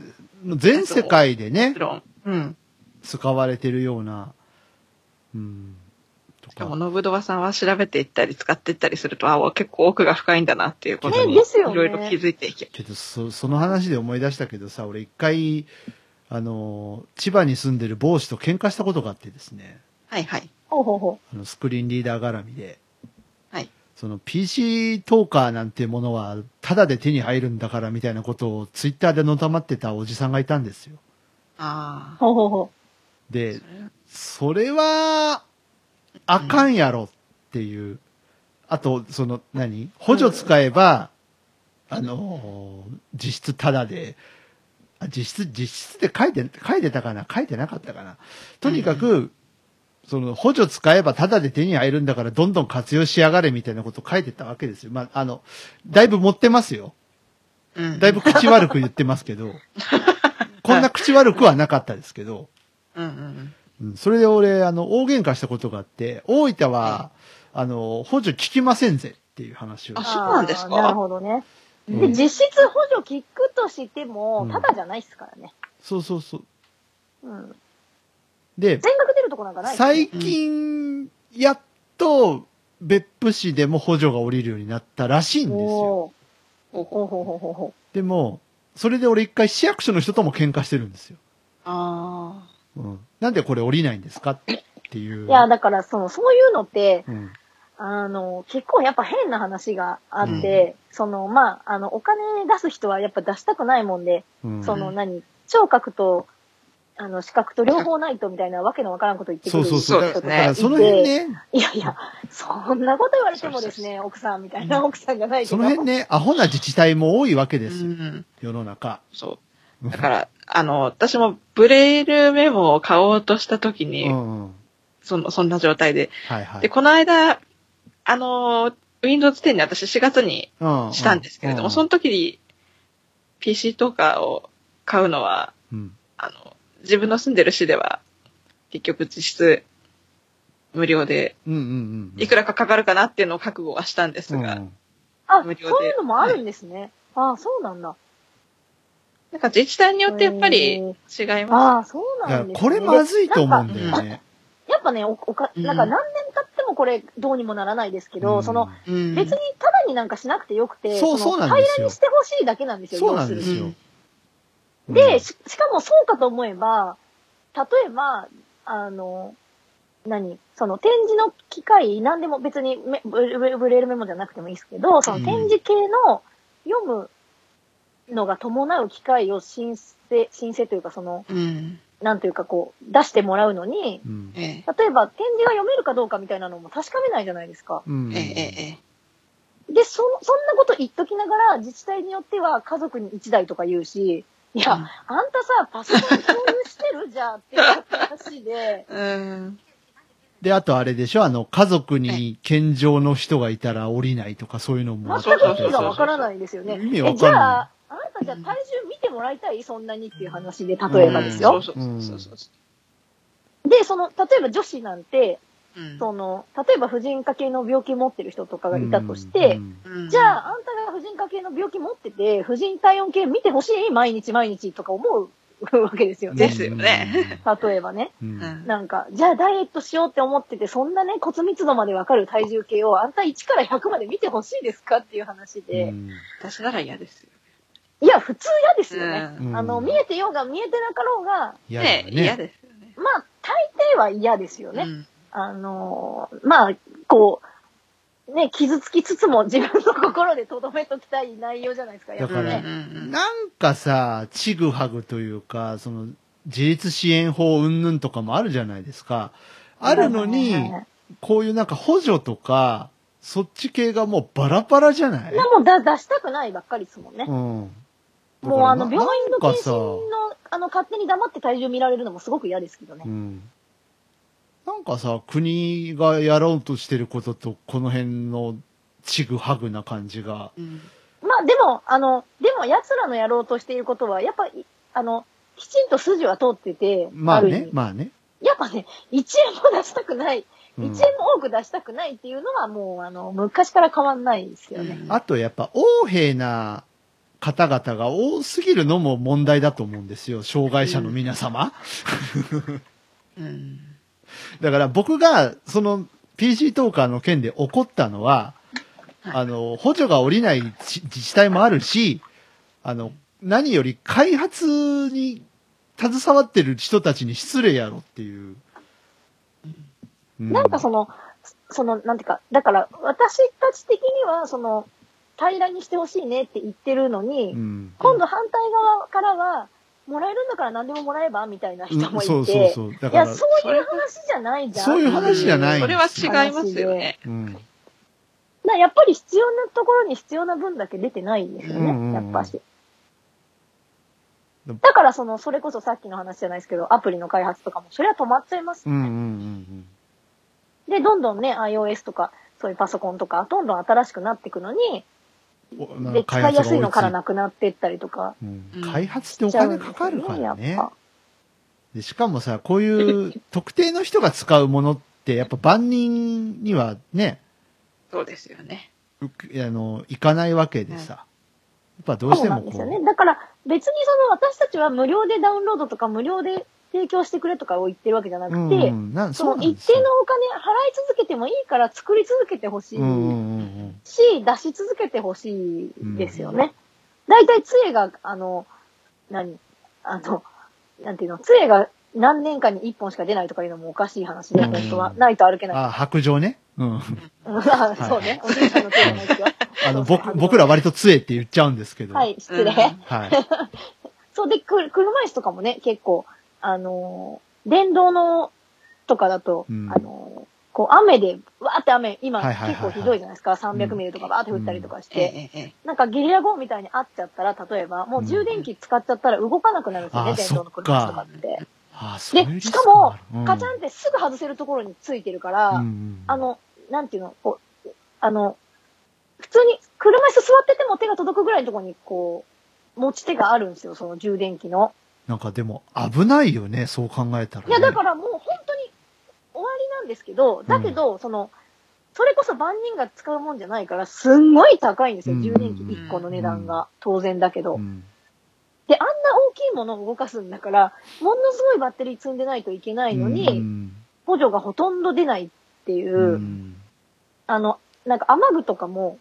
S1: 全世界でね
S2: もち、ろん、うん。
S1: 使われてるような、うん、と
S2: しかも、
S1: か。
S2: ノブドアさんは調べていったり使っていったりすると、あ、結構奥が深いんだなっていうことに、
S1: ね
S2: い
S3: ですよね
S2: ろいろ気づいていけ
S1: けど、そ、その話で思い出したけどさ、俺一回、あの、千葉に住んでる帽子と喧嘩したことがあってですね、
S2: はいはい。
S3: ほうほうほ
S1: あの、スクリーンリーダー絡みで。
S2: はい。
S1: その PC トーカーなんてものは、ただで手に入るんだからみたいなことをツイッターでのたまってたおじさんがいたんですよ。
S2: あ
S3: う。ほうほうほ
S2: あ
S1: で、。それは、あかんやろっていう。あと、その、何補助使えば、あのー、実質タダで、あ実質、実質で書いて、書いてたかな書いてなかったかなとにかく、その、補助使えばタダで手に入るんだから、どんどん活用しやがれみたいなこと書いてたわけですよ。まあ、あの、だいぶ持ってますよ。
S2: うん
S1: だいぶ口悪く言ってますけど、こんな口悪くはなかったですけど、
S2: うんうん
S1: うんそれで俺、あの、大喧嘩したことがあって、大分は、あの、補助効きませんぜっていう話を
S3: う。
S2: あ
S1: し
S2: そうなんですか
S3: あーなるほどね。
S1: う
S3: で、
S1: ん
S3: 実質補助聞くとして
S1: う
S3: も
S1: ん、
S3: ただじゃないですからね。
S1: そうそうそう。
S3: うん。
S1: で、
S3: 全額出るとこなんかないですね
S1: 最近、やっと、別府市でも補助が降りるようになったらしいんですよ。
S3: おーほうほうほうほうほ。
S1: でも、それで俺一回市役所の人とも喧嘩してるんですよ。
S2: ああ。
S1: うん。なんでこれ降りないんですかっていうう。
S3: いや、だから、その、そういうのって、
S1: うん。
S3: あの、結構やっぱ変な話があって、その、まあ、あの、お金出す人はやっぱ出したくないもんで、
S1: うん。
S3: そ
S1: そ
S3: の何、聴覚と、あの、視覚と両方ないとみたいなわけのわからんこと言ってく
S1: う
S3: る
S1: そう
S3: 人
S1: そう。
S3: と
S1: だ
S3: か
S1: か
S2: そ
S1: らだからその
S2: うですね
S1: 辺ね、
S3: いやいや、そんなこと言われてもですね、奥さんみたいな奥さんじゃないけど。
S1: その辺ね、アホな自治体も多いわけです
S2: う
S1: よ。
S2: ん。
S1: 世の中。
S2: そう。だから、あの、私もブレイルメモを買おうとしたとき
S1: う
S2: に、
S1: んうん。
S2: その、そんな状態で。
S1: はいはい。
S2: で、この間、あの、Windows 10に私4月に
S1: うん
S2: したんですけれども、その時に PC とかを買うのは、
S1: うん。
S2: あの、自分の住んでる市では、結局実質無料で、
S1: うんうんうんうん。
S2: いくらかかかるかなっていうのを覚悟はしたんですが、
S1: うん
S3: あ、そう
S2: 無料で
S3: いうのもあるんですね。あそうなんだ。
S2: なんか自治体によってやっぱり違いますね。
S3: ああ、そう
S1: だか
S3: な
S1: ら
S3: んですね。
S1: これまずいと思うん
S3: で
S1: だよね。
S3: なんかやっぱね、おおか
S2: うん
S3: なんか何年経ってもこれどうにもならないですけど、
S1: うん
S3: その、
S2: うん
S3: 別にただになんかしなくてよくて、
S1: そう
S3: の
S1: そうなんですよ
S3: 平らにしてほしいだけなんですよ、
S1: そうなんで
S3: 要る
S1: す
S3: に
S1: よ。うん
S3: で、し、しかもそうかと思えば、例えば、あの、何その展示の機械、何でも別にめブレブレブレールメモじゃなくてもいいですけど、その展示系の読むのが伴う機械を申請、申請というかその、
S2: うん。
S3: なんというかこう、出してもらうのに、
S1: うん。
S2: ええ。
S3: 例えば展示が読めるかどうかみたいなのも確かめないじゃないですか。
S1: うん
S2: ええ、ええ。
S3: で、そ、そんなこと言っときながら、自治体によっては家族に1台とか言うし、いや、
S2: うん、
S3: あんたさ、パソコン共有してるじゃんっていう話で
S2: うん。
S1: で、あとあれでしょあの、家族
S2: は
S1: に健常の人がいたら降りないとかそういうのもあ
S3: 全
S1: っ
S3: く
S1: たり
S2: そ
S1: と
S2: うそう
S3: 意味がわからないですよね。
S1: 意味わ
S3: えじ
S1: かん
S3: ゃ
S1: な
S3: あ、あんたじゃあ体重見てもらいたいそんなにっていう話で、例えばですよ。
S2: そうそうそうそうそ
S3: で、その、例えば女子なんて、
S2: う。うん
S3: その、例えば婦人科系の病気持ってる人とかが
S1: い
S3: いたとして、
S2: うん
S3: じゃあ、あんたが婦人科系の病気持ってて、婦人体温計見てほしい毎日毎日とか思うわけですよ
S2: で
S3: ね。
S2: すよね。
S3: 例えばね。
S1: うんうん
S2: うん
S3: なんか、じゃあダイエットしようって思ってて、そんなね、骨密度までわかる体重計を、あんた1から100まで見てほしいですかっていう話
S1: う
S3: で、
S1: ん
S2: 私なら嫌ですよ。
S3: いや、普通嫌ですよね。
S2: うん
S1: うん
S3: あの、見えてようが見えてなかろうが、
S1: 嫌だ
S2: ね
S1: よ
S2: え嫌
S1: ね。
S2: ですよね。
S3: まあ、大抵は嫌ですよね。
S2: うん
S3: あのーまあ、こう、ね、傷つきつつも自分の心で留めときたい内容じゃないですか、やっぱ
S1: だから
S3: ね。
S2: うん
S1: なんかさ、ちぐはぐというか、その、自立支援法云々とかもあるじゃないですか。あるのに、
S3: はいはいはい
S1: こういうなんか補助とか、そっち系がもうバラバラじゃない
S3: なもうだ出したくないばっかりですもんね。
S1: うん。
S3: もうあの、
S1: だ
S3: 病
S1: か
S3: 院
S1: らなな
S3: の
S1: んか
S3: 検
S1: さ
S3: 診の、あの、勝手に黙って体重見られるのもすごく嫌ですけどね
S1: う。ん。なんかさ、国がやろうとしてることと、この辺のちぐはぐな感じが。
S2: うん
S3: まあでも、あの、でも奴らのやろうとしていることは、やっぱり、あの、きちんと筋は通ってて、
S1: まあ
S3: る意
S1: ね
S3: 味、
S1: まあね。
S3: やっぱね、1円も出したくない、
S1: う
S3: 1円
S1: ん
S3: も多く出したくないっていうのはもう、あの、昔から変わんないですよね。
S1: あとやっぱ、横柄な方々が多すぎるのも問題だと思うんですよ。障害者の皆様。
S2: うん
S1: だから僕が、その PG トーカーの件で怒ったのは、
S2: はい
S1: あの、補助が下りない自自治体もあるし、あの、何より開発に携わってる人たちに失礼やろっていう。う
S3: なんかその、その、なんていうか、だから、私たち的には、その、平らにしてほしいねって言ってるのに、
S1: うん
S3: 今度反対側からは、もらえるんだから何でももらえばみたいな人もいて、
S1: そうそうそう。だ
S3: い
S1: か
S3: や、
S1: ら、
S3: そういう話じゃないじゃん。
S1: そういう話じゃない
S2: それは違いますよね。
S1: うん。
S3: なやっぱり必要なところに必要な分だけ出てないんですよね、
S1: うんうんうん
S3: やっぱし
S1: でも。
S3: だからその、それこそさっきの話じゃないですけど、アプリの開発とかも、それは止まっちゃいま
S1: う
S3: す
S1: んうんうん
S3: で、どんどんね、iOS とか、そういうパソコンとか、どんどん新しくなっていくのに、
S1: うんおなん
S3: で、
S1: 開
S3: 使い
S1: 発が
S3: や
S1: 追
S3: すいのから
S1: つ
S3: なくなっていったりとか。
S1: うん
S2: うん
S1: 開発ってお金かかるからね。
S3: やっぱ
S1: でしかもさ、こういう特定の人が使うものって、やっぱ万人にはね、
S2: そうですよね。
S1: うあの、いかないわけでさ。やっぱどうし
S3: そう
S1: て
S3: な
S1: も
S3: ん
S1: こ
S3: です
S1: う。
S3: よね。だから別にその私たちは無料でダウンロードとか無料で提供してくれとかを言ってるわけじゃなくて、
S1: うんうん、なん
S3: そ
S1: そう
S3: の
S1: なん
S3: 一
S1: ですよ
S3: 定のお金払い続けてもいいから作り続けてほしいし、
S1: うんうんうん
S3: 出し続けてほしいですよね。だいたい杖が、あの、何あの、なんていうの、杖が何年間に1本しか出ないとかいうのもおかしい話で、
S1: うん
S3: 本当は。ないと歩け
S1: うん。
S3: ない。
S1: あ、白状ね。 うん。
S3: あそうね。おじいちゃんの杖がないですよ。
S1: あの、
S3: そう
S1: 僕、僕ら割と杖って言っちゃうんですけど。
S3: は。い、失礼。
S2: うん
S1: はい。
S3: そうで、く車椅子とかもね、結構、あのー電動のとかだと、
S1: うん
S3: あのーこう雨で、わーって雨、今、
S1: はいはいはいはい
S3: 結構ひどいじゃないですか、300ミリとかバーって降ったりとかし
S2: え
S3: て、
S2: えええ
S3: なんかゲリラ豪雨みたいにあっちゃったら、例えば、もう充電器使っちゃったら動かなくなるんですよね、
S1: うんあー
S3: 電動の車椅子とかって。
S1: あ、そういうリス
S3: し
S1: ク
S3: かも
S1: あるうん
S3: カチャンってすぐ外せるところについてるから、
S1: うんうん
S3: あの、なんていうの、こう、あの、普通に車椅子座ってても手が届くぐらいのところに、こう、持ち手があるんですよ、その充電器の。
S1: なんかでも危ないよね、そう考えたら、
S3: い
S1: ね。
S3: や、だからもう本当に終わりなんですけど、だけど、その、それこそ万人が使うもんじゃないから、すんごい高いんですよ、
S1: うん
S3: 充電器1個の値段が。当然だけど
S1: う。ん
S3: で、あんな大きいものを動かすんだから、ものすごいバッテリー積んでないといけないの
S1: う
S3: に、
S1: ん
S3: 補助がほとんど出ないっていうう、
S1: ん
S3: あの、なんか雨具とかも、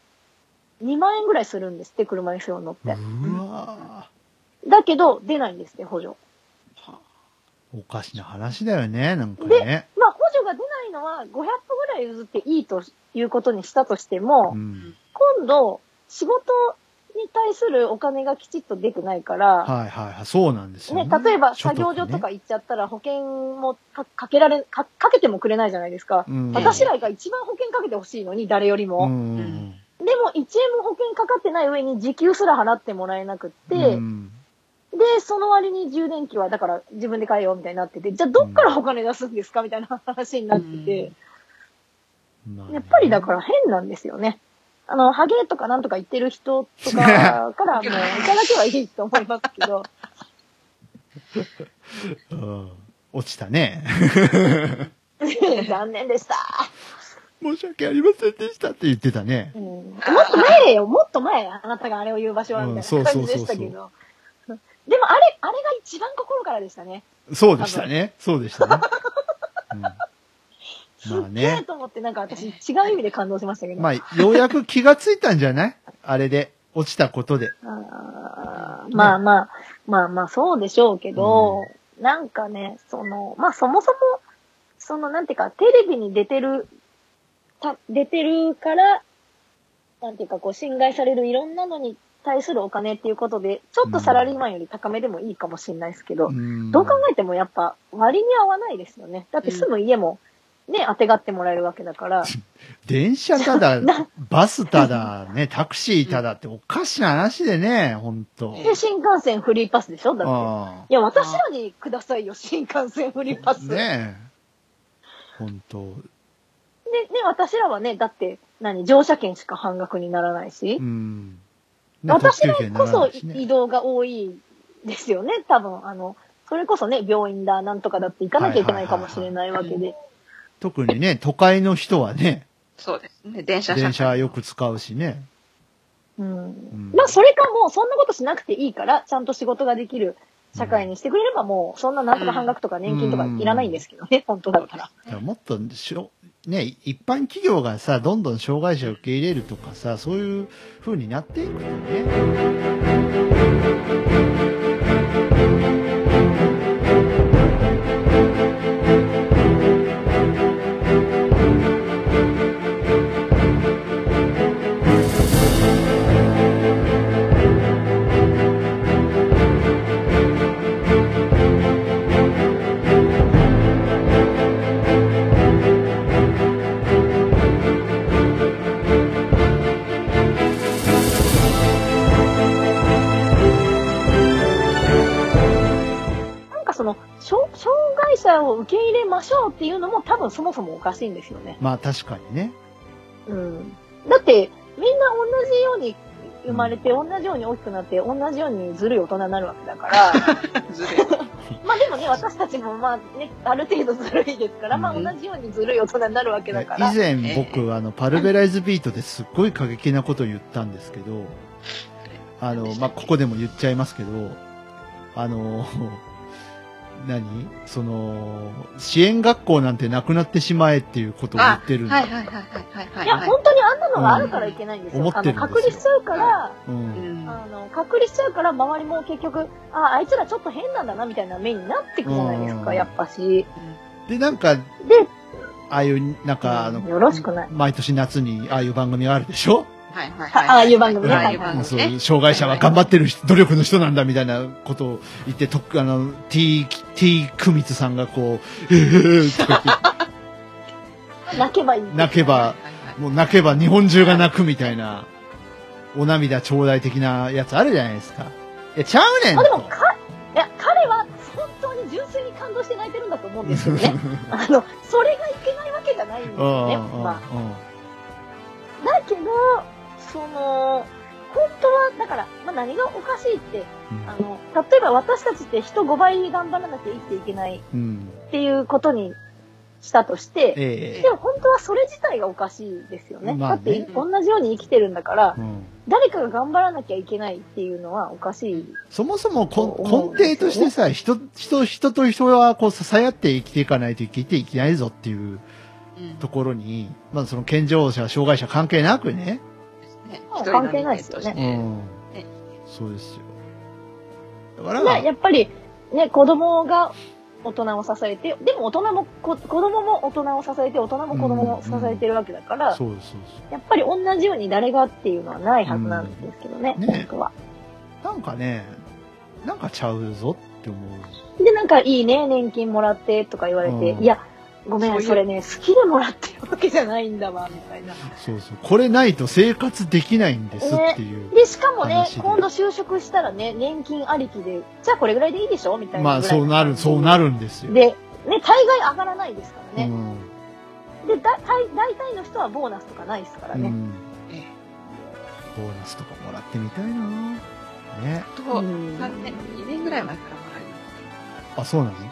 S3: 2万円ぐらいするんですって、車椅子用のっ
S1: う
S3: て。
S1: わ
S3: だけど、出ないんですって、補助。
S1: ーおかしな話だよね、なんかね。
S3: まあ、補助が出ないのは、500ぐらい譲っていいということにしたとしても
S1: う、ん、
S3: 今度、仕事に対するお金がきちっと出てないから、
S1: はいはいはい、そうなんですよ、
S3: ね、例えば
S1: 所
S3: 作
S1: 得ね
S3: 業所とか行っちゃったら保険もかかけられか、かけてもくれないじゃないですか。
S1: うん
S3: 私らが一番保険かけてほしいのに、誰より
S1: う
S3: も。
S1: んうん
S3: でも、1円も保険かかってない上に時給すら払ってもらえなくって、
S1: うん
S3: で、その割に充電器はだから自分で買えようみたいになってて、じゃあどっからお金出すんですかみたいな話になってて。
S1: まあね
S3: やっぱりだから変なんですよね。あの、ハゲとかなんとか言ってる人とかから もういただけはいいと思いますけど、
S1: うん落ちたね。
S3: 残念でした。
S1: 申し訳ありませんでしたって言ってたね。
S3: うん、もっと前よ、もっと前、あなたがあれを言う場所はみたいな感じでしたけ
S1: うんそうそうそ
S3: ど。でもあれ、あれが一番心からでしたね。
S1: そうでしたね。そうでしたね。うん
S3: すっ
S1: まあ
S3: げえ
S1: ね。
S3: と思って、なんか私違う意味で感動しましたけど。
S1: まあ、ようやく気がついたんじゃないあれで。落ちたことで。
S3: あーまあまあ、まあまあ、そうでしょうけど、なんかね、その、まあそもそも、その、なんていうか、テレビに出てる、た出てるから、なんていうか、こう、侵害されるいろんなのに対するお金っていうことで、ちょっとサラリーマンより高めでもいいかもしれないですけど、
S1: うん
S3: どう考えてもやっぱ、割に合わないですよね。だって住む家も、ね、当てがってもらえるわけだから、
S1: 電車ただ、バスただ、ね、タクシーただっておかしな話でね、ほんと。
S3: で、新幹線フリーパスでしょだって。
S1: あ
S3: いや、私らにくださいよ、新幹線フリーパ
S1: あ
S3: ス。
S1: ねえ。ほんと。
S3: で、ね、私らはね、だって、何、乗車券しか半額にならないし
S1: う、ん。ね
S3: 私ら
S1: 特急券にな
S3: こ
S1: らな
S3: そ
S1: いしね
S3: 移動が多いですよね、多分。あの、それこそね、病院だ、なんとかだって行かなきゃいけないかもしれないわけで。
S1: 特にね、都会の人はね、
S2: そうですね。電車社会
S1: 電車よく使うしね。
S3: うんまあ、それかもう、そんなことしなくていいから、ちゃんと仕事ができる社会にしてくれれば、もう、そんななんとか半額とか年金とかいらないんですけどね、本当だったら。
S1: だからもっとしょ、ね、一般企業がさ、どんどん障害者を受け入れるとかさ、そういう風になっていくよね。
S3: なんかその、障障害者を受け入れましょうっていうのも多分そもそもおかしいんですよね。
S1: まあ確かにね。
S3: うん。だって、みんな同じように生まれて、同じように大きくなって、同じようにずるい大人になるわけだから、
S2: ずれ
S3: まあでもね、私たちもまあね、ある程度ずるいですから、まあ
S2: うん
S3: 同じようにずるい大人になるわけだから
S1: 以、前僕、あの、パルベライズビートですっごい過激なことを言ったんですけど、あの、まあ、ここでも言っちゃいますけど、あの、 何その、支援学校なんてなくなってしまえっていうことを言ってるんだ。
S2: はいはいはいはいはい。
S3: いや、本当にあんなのがあるからいけないんですよ。
S1: うん思
S3: あ
S1: ってる
S3: の
S1: んですよ
S3: 隔離しちゃうから、
S1: う。
S2: うんん
S3: あの隔離しちゃうから周りも結局ああいつらちょっと変なんだなみたいな目になってくじゃないですか、
S1: うん
S3: やっぱし
S1: で、なんか、
S3: で
S1: ああいう、なんか、あの、
S3: よろしくない
S1: 毎年夏にああいう番組があるでしょ
S2: はいはいはい。
S3: ああいう番組ね
S2: ああいう番
S1: もう
S2: 組
S1: そう
S2: ね
S1: いう障害者は頑張ってる人努力の人なんだみたいなことを言って、とっあの、t、t くみつさんがこう、えー、とか言っ
S3: 泣けばいい
S1: て、泣けば、もう泣けば日本中が泣くみたいな、お涙頂戴的なやつあるじゃないですか。いや、ちゃうねん
S3: まあでも
S1: と。
S3: かいや彼は本当に純粋に感動して泣いてるんだと思うんです よねあのそれがいけないわけじゃないんです
S1: うんうん
S3: よね、
S1: うん
S3: まあ、だけどその本当はだから、まあ、何がおかしいってあの例えば私たちって人5倍頑張らなきゃ生きていけない
S1: うんうん。
S3: っていうことにしたとして、
S1: ええ
S3: でも本当はそれ自体がおかしいですよね。
S1: まあ
S3: だって
S1: ね
S3: 同じように生きてるんだから、
S1: うん
S3: 誰かが頑張らなきゃいけないっていうのはおかしい。
S1: そもそもこ
S3: そう思うん
S1: 根底として
S3: です
S1: さ、人、人、人と人はこう支え合って生きていかないと生きていけないぞっていう
S2: うん
S1: ところに、まあその健常者、障害者関係なくね。
S2: ね
S3: まあ関係ないですよね
S2: 一人の人として
S1: うん
S2: ね。
S1: そうですよ。だから、
S3: ねやっぱりね、子供が大人を支えて、でも大人もこ、子供も大人を支えて、大人も子供も支えてるわけだから、
S1: そうです、そうで
S3: やっぱり同じように誰がっていうのはないはずなんですけどね、
S1: うんね
S3: 本当は。
S1: す。なんかね、なんかちゃうぞって思う。
S3: で、なんかいいね、年金もらってとか言われて、
S1: うん
S3: いや、ごめん
S2: そういう
S3: それね、好きでもらってるわけじゃないんだわ、みたいな。
S1: そうそう。これないと生活できないんですっていう。
S3: で、しかもね
S1: 話、で
S3: 今度就職したらね、年金ありきで、じゃあこれぐらいでいいでしょみたいな
S1: まあそうなる、そうな
S3: る。
S1: るんですよ。
S3: で、ね、大概上がらないですから
S1: う
S3: ね。
S1: ん
S3: でだ大、大体の人はボーナスとかないですから
S1: う
S3: ね。
S1: ん。ボーナスとかもらってみたいなね。
S2: えっと、
S3: うん
S2: 3年、2年ぐらい前からもらえる。
S1: あ、そうなのなん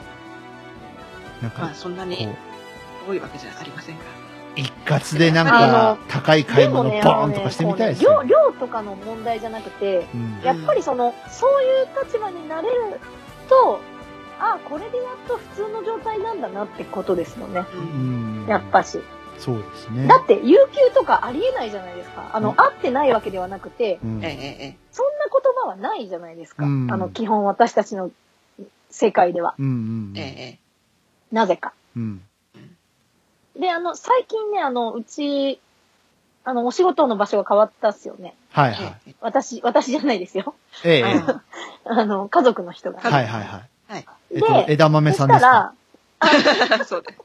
S2: まあ
S1: か、
S2: そんな
S1: こ
S2: に
S1: う、
S2: 多いわけじゃありませんが。
S1: 一括でなん
S3: あ
S1: か
S3: の、
S1: 高い買い物ボ
S3: でもね
S1: ーンとかしてみたいです
S3: あ
S1: よ
S3: のね。こうね量、量とかの問題じゃなくて、
S1: うん
S3: やっぱりその、そういう立場になれると、ああ、これでやっと普通の状態なんだなってことですよね。
S2: う。
S1: うんん。
S3: やっぱし。
S1: そうですね。
S3: だって、有給とかありえないじゃないですか。あ
S1: う
S3: の、
S1: ん
S3: 合ってないわけではなくて、
S1: うん
S2: えええ
S3: そんな言葉はないじゃないですか。
S1: うん
S3: あの、基本私たちの世界では。
S1: うんうん
S2: えええ
S3: なぜか。
S1: うん。
S3: で、あの、最近ね、あの、うち、あの、お仕事の場所が変わったっすよね。
S1: はい
S2: え
S1: はい。
S2: ええ
S3: 私、私じゃないですよ。
S1: ええ。
S2: あー
S3: あの、家族の人が。
S1: はいはいはい。
S2: はい。
S1: えっと、
S3: で、
S1: 枝
S3: そ
S1: 豆さ
S3: し
S1: んで
S3: た、
S1: すから
S2: そうです。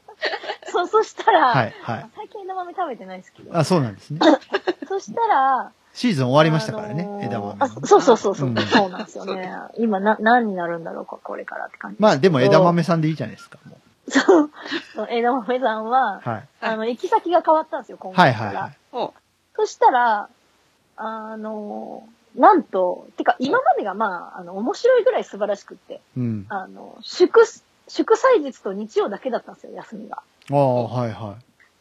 S3: そ、そしたら、
S1: はいはい。
S3: 最近枝豆食べてないですけど、
S1: あ、そうなんです ね。
S3: そしたら、
S1: シーズン終わりましたから
S3: あの
S1: ね、
S3: ー
S1: 枝豆
S3: あ、
S1: の。
S3: そうそうそうそう、
S1: うん
S3: そうなんですよ
S2: そうで
S3: ね。今、な、何になるんだろうか、これからって感じ。
S1: まあでも枝豆さんでいいじゃないですか、もう。
S3: そう、そう枝豆さんは、
S1: はい。
S3: あの、行き先が変わったんですよ、今
S1: はい
S3: 回
S1: はいは
S3: ら
S1: い。。
S2: お
S3: そしたら、あの、なんと、てか今までがまあ、あの、面白いぐらい素晴らしくって、
S1: うん。あ
S3: あの、祝、祝祭日と日曜だけだったんですよ、休みが。
S1: あ、はいは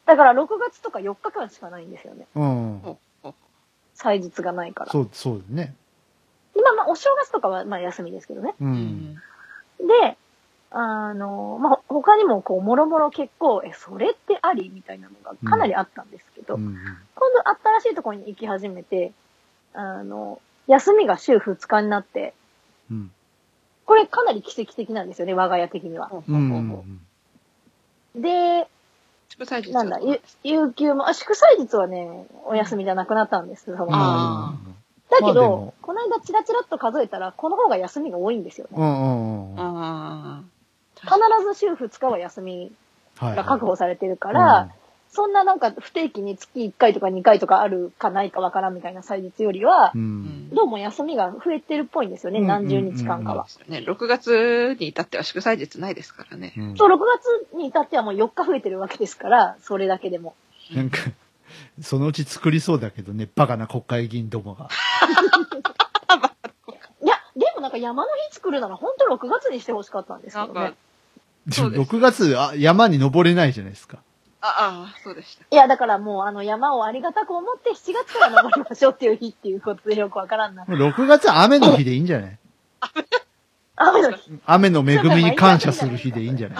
S3: だから6月とか4日間しかないんですよね。
S1: い。うん。
S2: おお
S3: 祭日がないから。
S1: そう、そうですね。
S3: で、まあまあ、お正月とかはまあ休みですけどね。
S1: う。。
S2: うん
S3: で、あの、まあ、ほ他にもこう、もろもろ結構、え、それってありみたいなのがかなりあったんですけど、
S1: うん。
S3: 今度新しいところに行き始めて、あの、休みが週2日になって、
S1: うん。
S3: これかなり奇跡的なんですよね、我が家的には。
S2: ほう
S1: う。
S2: ほうんほ
S1: う
S2: うんほう。
S3: で、
S2: 祝祭日
S3: なんだ、ゆ有給も、あ祝祭日はね、お休みじゃなくなったんです、その
S2: あ
S3: だけ
S1: まあで
S3: ど、
S1: も
S3: この間チラチラっと数えたら、この方が休みが多いんですよ
S1: う
S3: ね。
S1: んうんうん。は
S2: あ
S3: 必ず週2日は休み
S1: いはい。
S3: が確保されてるから、
S1: うん
S3: そんななんか不定期に月1回とか2回とかあるかないかわからんみたいな祭日より
S1: う、。
S3: は
S2: あ。うんん。
S3: どうも休みが増えてるっぽいんですよね、
S1: うん
S3: 何十日間かは。
S2: ね、6月に至っては祝祭日ないですからね。
S1: うん
S3: そう、6月に至ってはもう4日増えてるわけですから、それだけでも。
S1: なんか、そのうち作りそうだけどね、バカな国会議員どもが。
S3: いや、でもなんか山の日作るなら本当6月にしてほしかったんですけ
S2: な
S3: ど
S2: ん
S3: ね
S2: か。、そうです
S1: 6月あ、山に登れないじゃないですか。
S2: ああ、そうで した。
S3: いや、だからもうあの山をありがたく思って7月から登りましょうっていう日っていうことでよくわからんな。
S1: 6月は雨の日でいいんじゃない
S3: 雨の日。
S1: 雨の恵みに感謝する日でいいんじゃない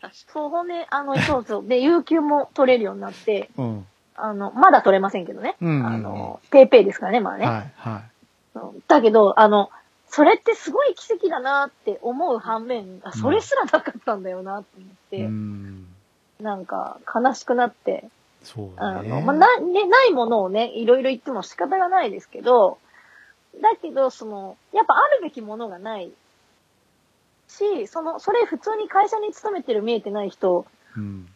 S2: 確か
S3: そう、ほんで、あの、そうそう。で、有給も取れるようになって、
S1: うん。
S3: あの、まだ取れませんけどね。
S1: うんうんうん
S3: あの、ペイペイですからね、まあね。
S1: はい、は
S3: うんだけど、あの、それってすごい奇跡だなって思う反面、あそれすらなかったんだよなって思っ
S1: い。
S3: て、
S1: うん。
S3: なんか悲しくなって、
S1: そう
S3: あ
S1: だ
S3: の、
S1: ね。
S3: まあ、な、ね、ないものをね、いろいろ言っても仕方がないですけど、だけど、その、やっぱあるべきものがないし、その、それ普通に会社に勤めてる見えてない人
S1: うん。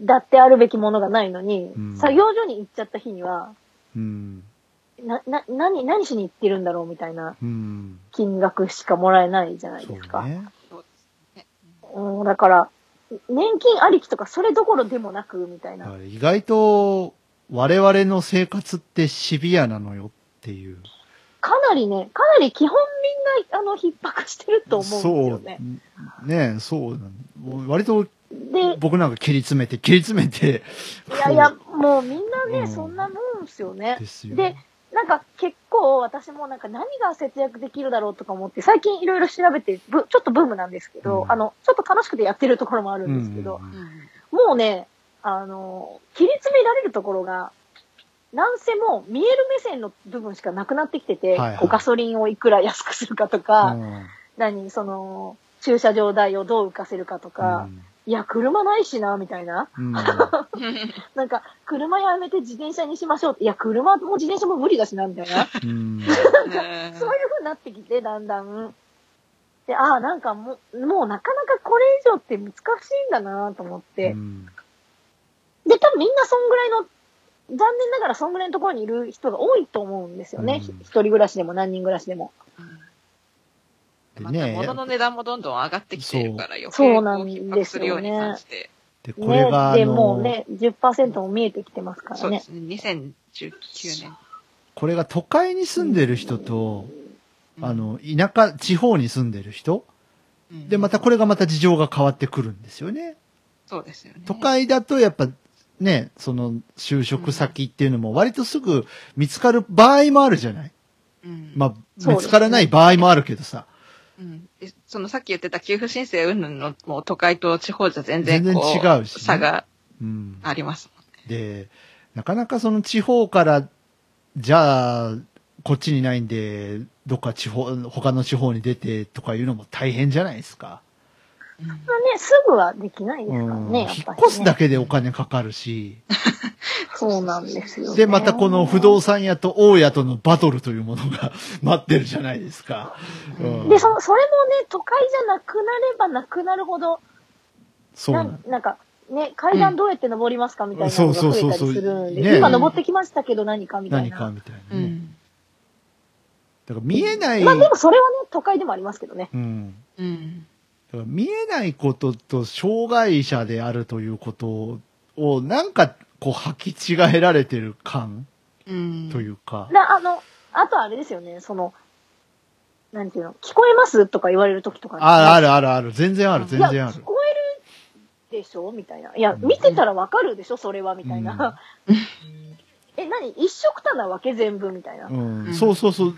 S3: だってあるべきものがないのに、
S1: うん
S3: 作業所に行っちゃった日には、
S1: うん。
S3: な、な、何、何しに行ってるんだろうみたいな
S1: うん。
S3: 金額しかもらえないじゃない
S1: そ
S3: で
S1: う
S3: すか。
S1: ね。
S3: うん、だから、年金ありきとかそれどころでもなく、みたい
S1: だ
S3: な。
S1: から意外と、我々の生活ってシビアなのよっていう。
S3: かなりね、かなり基本みんな、あの、逼迫してると思うんですよね。
S1: そう。ねえそうなん。割と
S3: で、
S1: 僕なんか切り詰めて、切り詰めて。
S3: いやいや、もうみんなね、
S1: うん
S3: そんなもんですよね。
S1: ですよ。
S3: で、なんか結構私もなんか何が節約できるだろうとか思って、最近いろいろ調べて、ぶちょっとブームなんですけど、
S1: うん
S3: あの、ちょっと楽しくてやってるところもあるんですけど、
S1: うんうんうん
S3: もうね、あの、切り詰められるところが、なんせもう見える目線の部分しかなくなってきて
S1: は
S3: て、
S1: いはい
S3: こうガソリンをいくら安くするかとか、
S1: うん
S3: 何、その、駐車場代をどう浮かせるかとか、いや、車ないしな、みたいな。
S1: うん
S3: なんか、車やめて自転車にしましょうって。いや、車も自転車も無理だしな、みたいな。
S1: うん
S3: そういう風になってきて、だんだん。で、ああ、なんかもう、もうなかなかこれ以上って難しいんだなと思って。
S1: うん
S3: で、多分みんなそんぐらいの、残念ながらそんぐらいのところにいる人が多いと思うんですよね。
S1: うん
S3: ひ一人暮らしでも何人暮らしでも。
S1: で
S2: また
S1: ね、
S2: 物の値段もどんどん上がってきてるから余計
S3: そうなん
S2: こ
S3: ですよ
S2: 逼
S3: ね
S2: 迫するように感じて。
S1: でこれ
S3: ね
S1: が、。あ
S3: で、
S1: の
S3: もうね、10%も見えてきてますから
S2: そうで
S3: ね。
S2: すね。2019年。
S1: これが都会に住んでる人と、
S2: うん
S1: あ、の、田舎、地方に住んでる人、
S2: うん
S1: で、またこれがまた事情が変わってくるんですよね。
S2: そうですよね。
S1: 都会だとやっぱ、ね、その、就職先っていうのも割とすぐ見つかる場合もあるじゃない
S2: うん、
S1: まあ、
S3: そうですね
S1: 見つからない場合もあるけどさ、
S2: うんでそのさっき言ってた給付申請云々の、もう都会と地方じゃ全然
S1: 全然
S2: こう
S1: 違うしね
S2: 差が
S1: うん。
S2: あります。
S1: で、なかなかその地方から、じゃあ、こっちにないんで、どっか地方、他の地方に出てとかいうのも大変じゃないですか。
S3: まあね、すぐはできないですから
S1: うん、
S3: ね、
S1: 引
S3: やっぱ
S1: っ
S3: り、ね。
S1: 越すだけでお金かかるし、
S3: そうなんですよ、ね。
S1: で、またこの不動産屋と大家とのバトルというものが 待ってるじゃないですか。うん、
S3: で、そ、それもね、都会じゃなくなればなくなるほど、
S1: そうな
S3: なんんなんか、ね、階段どうやって登りますかみたいな
S1: そ
S3: の
S1: う
S3: が
S1: そう
S3: 増
S1: そう
S3: えた
S1: そう
S3: りするん
S1: ね
S3: で、今登ってきましたけど何かみた
S1: 何
S3: いな。
S1: かみたいな
S2: う
S1: ね。
S2: ん。
S1: だから見えない、
S3: まあでもそれはね、都会でもありますけどね。
S1: うん。
S2: うん。
S1: から見えないことと障害者であるということを、なんかこう履き違えられてる感
S2: うん
S1: というか。
S3: な、あの、あとあれですよね、その、なんていうの、聞こえますとか言われる時とか、
S1: ああるあるある、全然ある、全
S3: い
S1: 然
S3: や、
S1: あ
S3: 聞
S1: る。
S3: こえるでしょみたいな。いや、
S1: うん
S3: 見てたらわかるでしょそれは、みたいな。 え、何一色たなわけ全部、みたいな。
S1: うん、
S2: うん
S1: そうそうそう。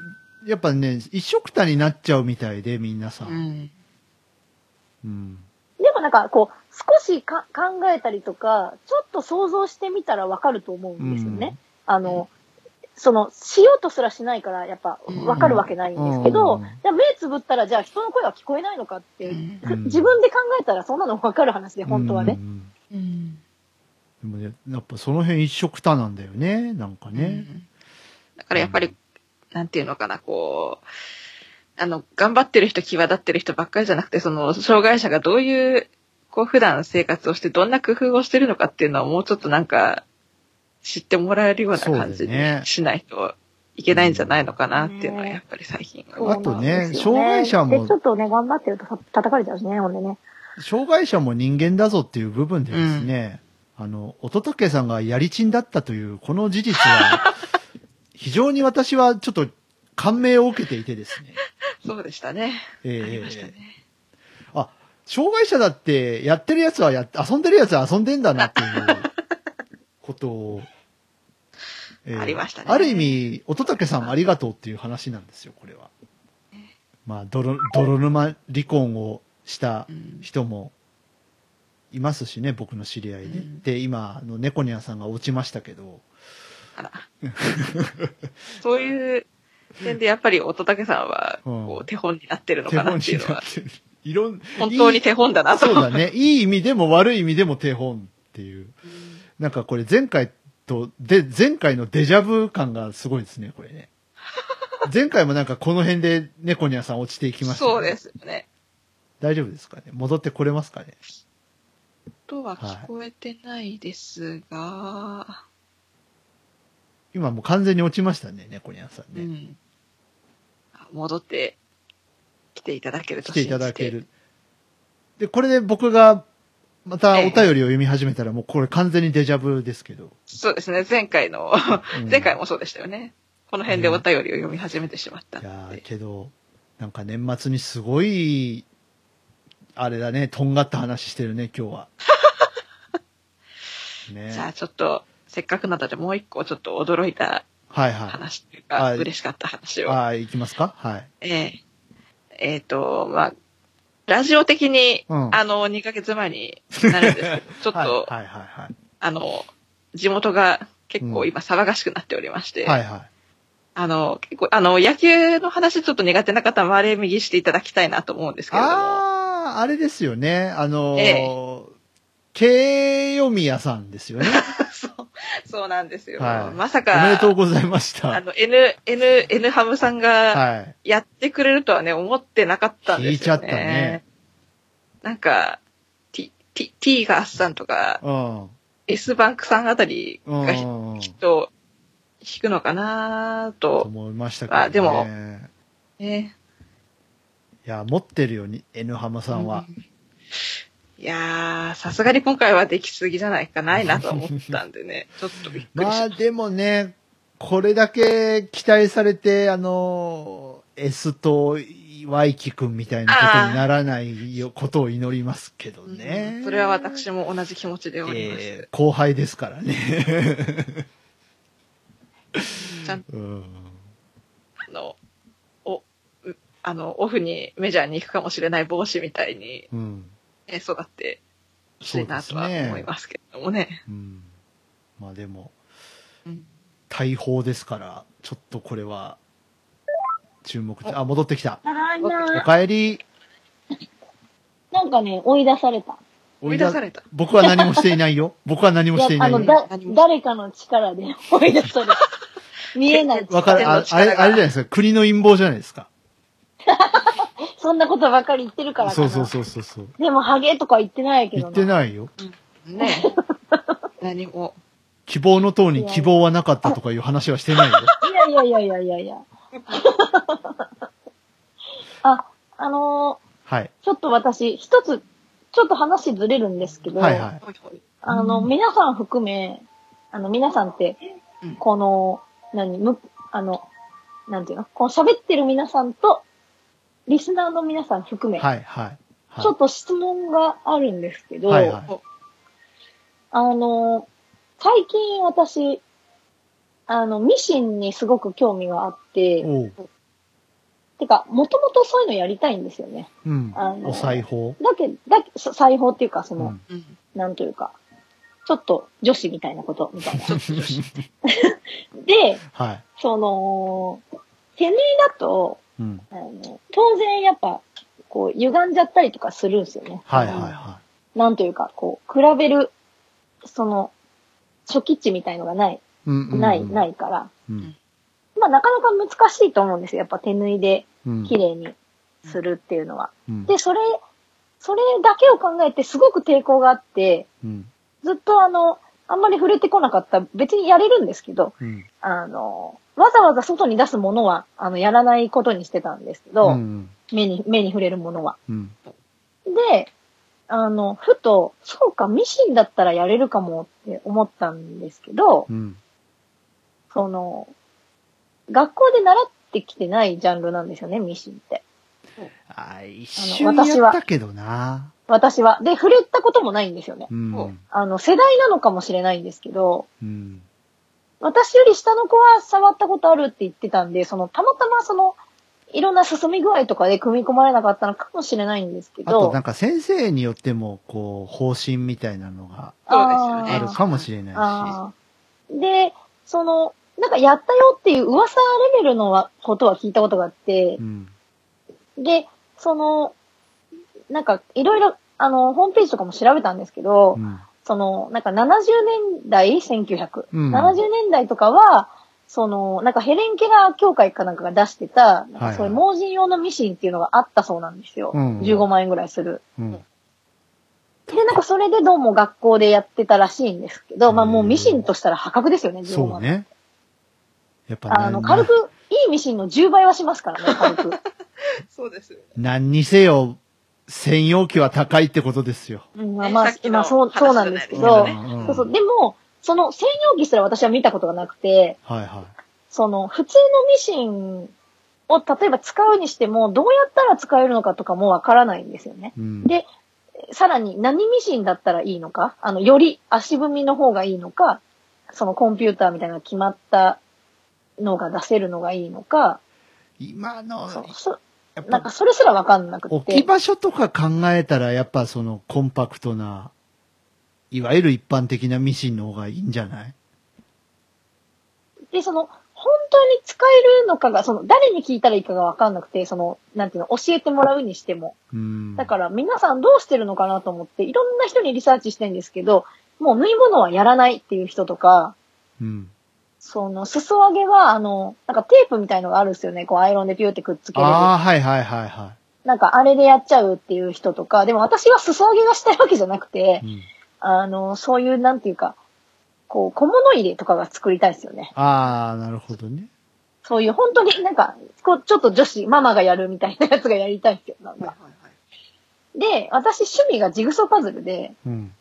S1: やっぱね、一色たになっちゃうみたいで、みんなさ。
S2: うん。
S1: うん。
S3: でもなんか、こう、少しか考えたりとか、ちょっと想像してみたらわかると思うんですよね。あの、その、しようとすらしないから、やっぱ、わかるわけないんですけ
S1: う
S3: ど
S1: んうん、
S3: じゃあ目つぶったら、じゃあ人の声は聞こえないのかって、
S1: うん
S3: 自分で考えたらそんなのわかる話で、本当は
S1: う
S3: ね。
S1: ん
S2: うん。
S1: でもね、やっぱその辺一色たなんだよね、なんかね。
S2: だからやっぱり、なんていうのかな、こう、あの、頑張ってる人、際立ってる人ばっかりじゃなくて、その、障害者がどういう、こう、普段生活をして、どんな工夫をしてるのかっていうのは、もうちょっとなんか、知ってもらえるような感
S1: そう
S2: じ
S1: だね
S2: にしないといけないんじゃないのかなっていうのは、やっぱり最近
S3: そ
S2: は。
S3: うなんです
S1: あ
S3: よ
S1: とね障害者も
S3: でちょっとね、頑張ってると叩かれちゃうしね、ほんでね。
S1: 障害者も人間だぞっていう部分でですね、あの、乙武さんがやりちんだったという、この事実 は、非常に私はちょっと感銘を受けていてですね。
S2: そうでしたね。
S1: ええ
S2: ありましたね。
S1: あ、障害者だって、やってるやつはやっ、遊んでるやつは遊んでんだなっていうことを、えー
S2: ありましたね
S1: ある意味、乙武さんありがとうっていう話なんですよ、これは。まあ、泥、泥沼離婚をした
S2: うん
S1: 人もいますしね、僕の知り合いで。
S2: うん
S1: で、今、あの、猫ニャンさんが落ちましたけど、
S2: あら。そういう点でやっぱり乙武さんは、こ
S1: うん
S2: う、手本になってるの
S1: 手
S2: かな
S1: 本
S2: ってい
S1: に
S2: う
S1: な
S2: の
S1: っ
S2: は、
S1: てる。いろん、
S2: 本当に手本だなと。
S1: そうだね。いい意味でも悪い意味でも手本っていう。なんかこれ前回と、で、前回のデジャブ感がすごいですね、これね。前回もなんかこの辺で猫ニャンさん落ちていきました、ね。
S2: そうで。すよね。
S1: 大丈夫ですかね戻ってこれますかね
S2: 音は聞こえてないですが、
S1: 今もう完全に落ちましたね、猫ニャンさん
S2: う
S1: ね。
S2: ん、あ戻ってきていただけると
S1: 来ていただけ
S2: 信じ
S1: る。で、これで僕が、またお便りを読み始めたらもうこれ完全にデジャブですけど。
S2: て。そうですね。前回の、
S1: うん
S2: 前回もそうでしたよね。この辺でお便りを読み始めてしまった
S1: いや
S2: の
S1: ー
S2: で。
S1: けど、なんか年末にすごい、あれだね、とんがった話してるね、今日 は。ね
S2: じゃあちょっと、せっかくなのでもう一個ちょっと驚いた
S1: はいは
S2: 話という
S1: は
S2: か、
S1: い
S2: 嬉しかった話
S1: い。
S2: を。
S1: はい、いきますかはい。
S2: えええっ、と、まあ、ラジオ的に、
S1: うん
S2: あの、2ヶ月前になるんですけ ど、ちょっと、
S1: はいはいはいはい。
S2: あの、地元が結構今騒がしくなっておりまして、
S1: はいはい。
S2: あの、結構、あの、野球の話ちょっと苦手な方は、あれ右していただきたいなと思うんですけれども、
S1: あー、あれですよね。あのー、
S2: え
S1: 経読み屋さんですよね。
S2: そう、そうなんですよ。
S1: はい。
S2: まさか、
S1: おめでとうございまし
S2: あ
S1: た。
S2: の、N、N、N ハムさんが
S1: はい。
S2: やってくれるとはね、思ってなかったん
S1: 聞
S2: で
S1: い
S2: す
S1: ちゃ
S2: よ
S1: っ
S2: ね。
S1: たね。
S2: なんか、T、T、T ガースさんとか、
S1: うん。
S2: S バンクさんあたり
S1: う
S2: がき
S1: ん。
S2: っと弾くのかな
S1: と
S2: と、
S1: 思いましたけど、ね。
S2: まあでもね。
S1: いや、持ってるよに、N 浜さんは
S2: う。いやー、さすがに今回はできすぎじゃないかないなと思ったん でね、ちょっとびっくりし
S1: ま
S2: た。
S1: あでもね、これだけ期待されて、あの、S と Y キ君みたいなことにならないよことを祈りますけどね
S2: う。んそれは私も同じ気持ちでおります。
S1: えー後輩ですからね。
S2: ちゃんと
S1: うん、
S2: あの、お、うあの、オフにメジャーに行くかもしれない帽子みたいに、
S1: うん。
S2: ね、育ってほしいなとは
S1: そうですね
S2: 思いますけれどもね。
S1: うん。まあでも、
S2: うん
S1: 大砲ですから、ちょっとこれは、注目して、あ、戻ってきた。
S3: ただい
S1: お
S3: ま。
S1: かえり。
S3: なんかね、追い出された。
S2: 追い出された。
S1: 僕は何もしていない よ。僕は何もしていない
S3: いや
S1: よ
S3: あの、。だ
S2: 何も、
S3: 誰かの力で追い出され た。見えない
S1: わかる、ああれ、あれじゃないですか。国の陰謀じゃないですか。
S3: そんなことばっかり言ってるからか
S1: そ
S3: な
S1: うそうそうそうそう。
S3: でも、ハゲとか言ってないけ
S1: 言
S3: ど
S1: って
S3: い。
S1: ないよ。
S2: ね。何も。
S1: 希望の塔に希望はなかったとかいう話はしてないよ。
S3: いやいやいやいやいやいや。あ、あのー
S1: はい。
S3: ちょっと私、一つ、ちょっと話ずれるんですけど、
S1: はいはい。
S2: ほいほい
S3: あの、皆さん含め、あの、皆さんって
S2: うん、
S3: この、何、む、あの、なんていうのこの喋ってる皆さんと、リスナーの皆さん含め、
S1: はいはい。はい
S3: ちょっと質問があるんですけど、
S1: はいはい。
S3: あの、最近私、あの、ミシンにすごく興味があって、
S1: おう。
S3: てか、もともとそういうのやりたいんですよね。
S1: うん。
S3: あの
S1: お裁縫。
S3: だけ、だけ、そ裁縫っていうか、その、
S1: うん
S2: うん。
S3: なんというか、ちょっと女子みたいなこと、みたいな。
S2: ちょっと女子って。
S3: で、
S1: はい。
S3: その、手縫いだと、
S1: うん。
S3: あの当然やっぱ、こう、歪んじゃったりとかするんですよね。
S1: はいはいは
S3: なんというか、こう、比べる、その、初期値みたいのがない、
S1: い。うんうんうん。。
S3: ない、ないいから。
S1: うん。
S3: まあ、なかなか難しいと思うんですよ。やっぱ手縫いで
S1: うん。
S3: 綺麗にするっていうのは。
S1: うん。
S3: で、それ、それだけを考えてすごく抵抗があって、
S1: うん。
S3: ずっとあの、あんまり触れてこなかった。別にやれるんですけど、
S1: うん。
S3: あの、わざわざ外に出すものは、あの、やらないことにしてたんですけど、
S1: うん。
S3: 目に、目に触れるものは。
S1: うん。
S3: で、あの、ふと、そうか、ミシンだったらやれるかもって思ったんですけど、
S1: うん。
S3: その、学校で習ってきてないジャンルなんですよね、ミシンって。
S1: あー、一
S3: あ
S1: 瞬
S3: の私は
S1: やったけどな。
S3: 私は。で、触れたこともないんですよね。
S1: うん。
S2: そううん
S3: あの、世代なのかもしれないんですけど、
S1: うん。
S3: 私より下の子は触ったことあるって言ってたんで、その、たまたまその、いろんな進み具合とかで組み込まれなかったのかもしれないんですけ
S1: あと
S3: ど
S1: な、んか先生によっても、こう、方針みたいなのが
S2: そうですよね。
S1: あるかもしれないし。
S3: あーで、その、なんかやったよっていう噂レベルのはことは聞いたことがあって
S1: う、ん。
S3: で、その、なんかいろいろ、あの、ホームページとかも調べたんですけど
S1: う、ん。
S3: その、なんか70年代、1900、
S1: うん
S3: 70年代とかは、その、なんかヘレン・ケラー協会かなんかが出してた、なんかそういう盲人用のミシンっていうのがあったそうなんですよ。
S1: うん
S3: 15万円ぐらいする。
S1: うん。
S3: で、なんかそれでどうも学校でやってたらしいんですけど、まあもうミシンとしたら破格ですよね、15
S1: そう
S3: 万。
S1: ね。やっぱ
S3: あの、軽く、いいミシンの10倍はしますからね、軽く。
S2: そうですよね。
S1: 何にせよ、専用機は高いってことですよ。
S3: うんまあ、ま
S2: さっき
S3: あ、
S2: の
S3: まあ、そう、
S2: 話
S3: そうなんですけ
S2: じゃ
S3: ど、
S2: ないです
S1: うん
S3: そうそう。でも、その専用機すら私は見たことがなくて、
S1: はいは
S3: その、普通のミシンを例えば使うにしても、どうやったら使えるのかとかもわからないんですよね。
S1: い。うん、
S3: で、さらに何ミシンだったらいいのか、あの、より足踏みの方がいいのか、そのコンピューターみたいな決まったのが出せるのがいいのか、
S1: 今の、
S3: そうそ
S1: やっ
S3: なんか
S1: ぱ、
S3: それすらわかんなく
S1: 置
S3: て
S1: き。場所とか考えたら、やっぱそのコンパクトな、いわゆる一般的なミシンの方がいいんじゃない
S3: で、その、本当に使えるのかが、その、誰に聞いたらいいかがわかんなくて、その、なんていうの、教えてもらうにしても。
S1: うん。
S3: だから、皆さんどうしてるのかなと思って、いろんな人にリサーチしてんですけど、もう縫い物はやらないっていう人とか、
S1: うん。
S3: その、裾上げは、あの、なんかテープみたいのがあるんですよね。こう、アイロンでピューってくっつけれる。
S1: ああ、はいはいはいは
S3: なんか、あれでやっちゃうっていう人とか、でも私は裾上げがしたいわけじゃなくて
S1: い。、うん、
S3: あの、そういう、なんていうか、こう、小物入れとかが作りたいですよね。
S1: ああ、なるほどね。
S3: そういう、本当になんか、こう、ちょっと女子、ママがやるみたいなやつがやりたいんですよ、な
S2: は
S3: ん
S2: い
S3: か。
S2: はいはい。
S3: で、私趣味がジグソーパズルで、
S1: うん。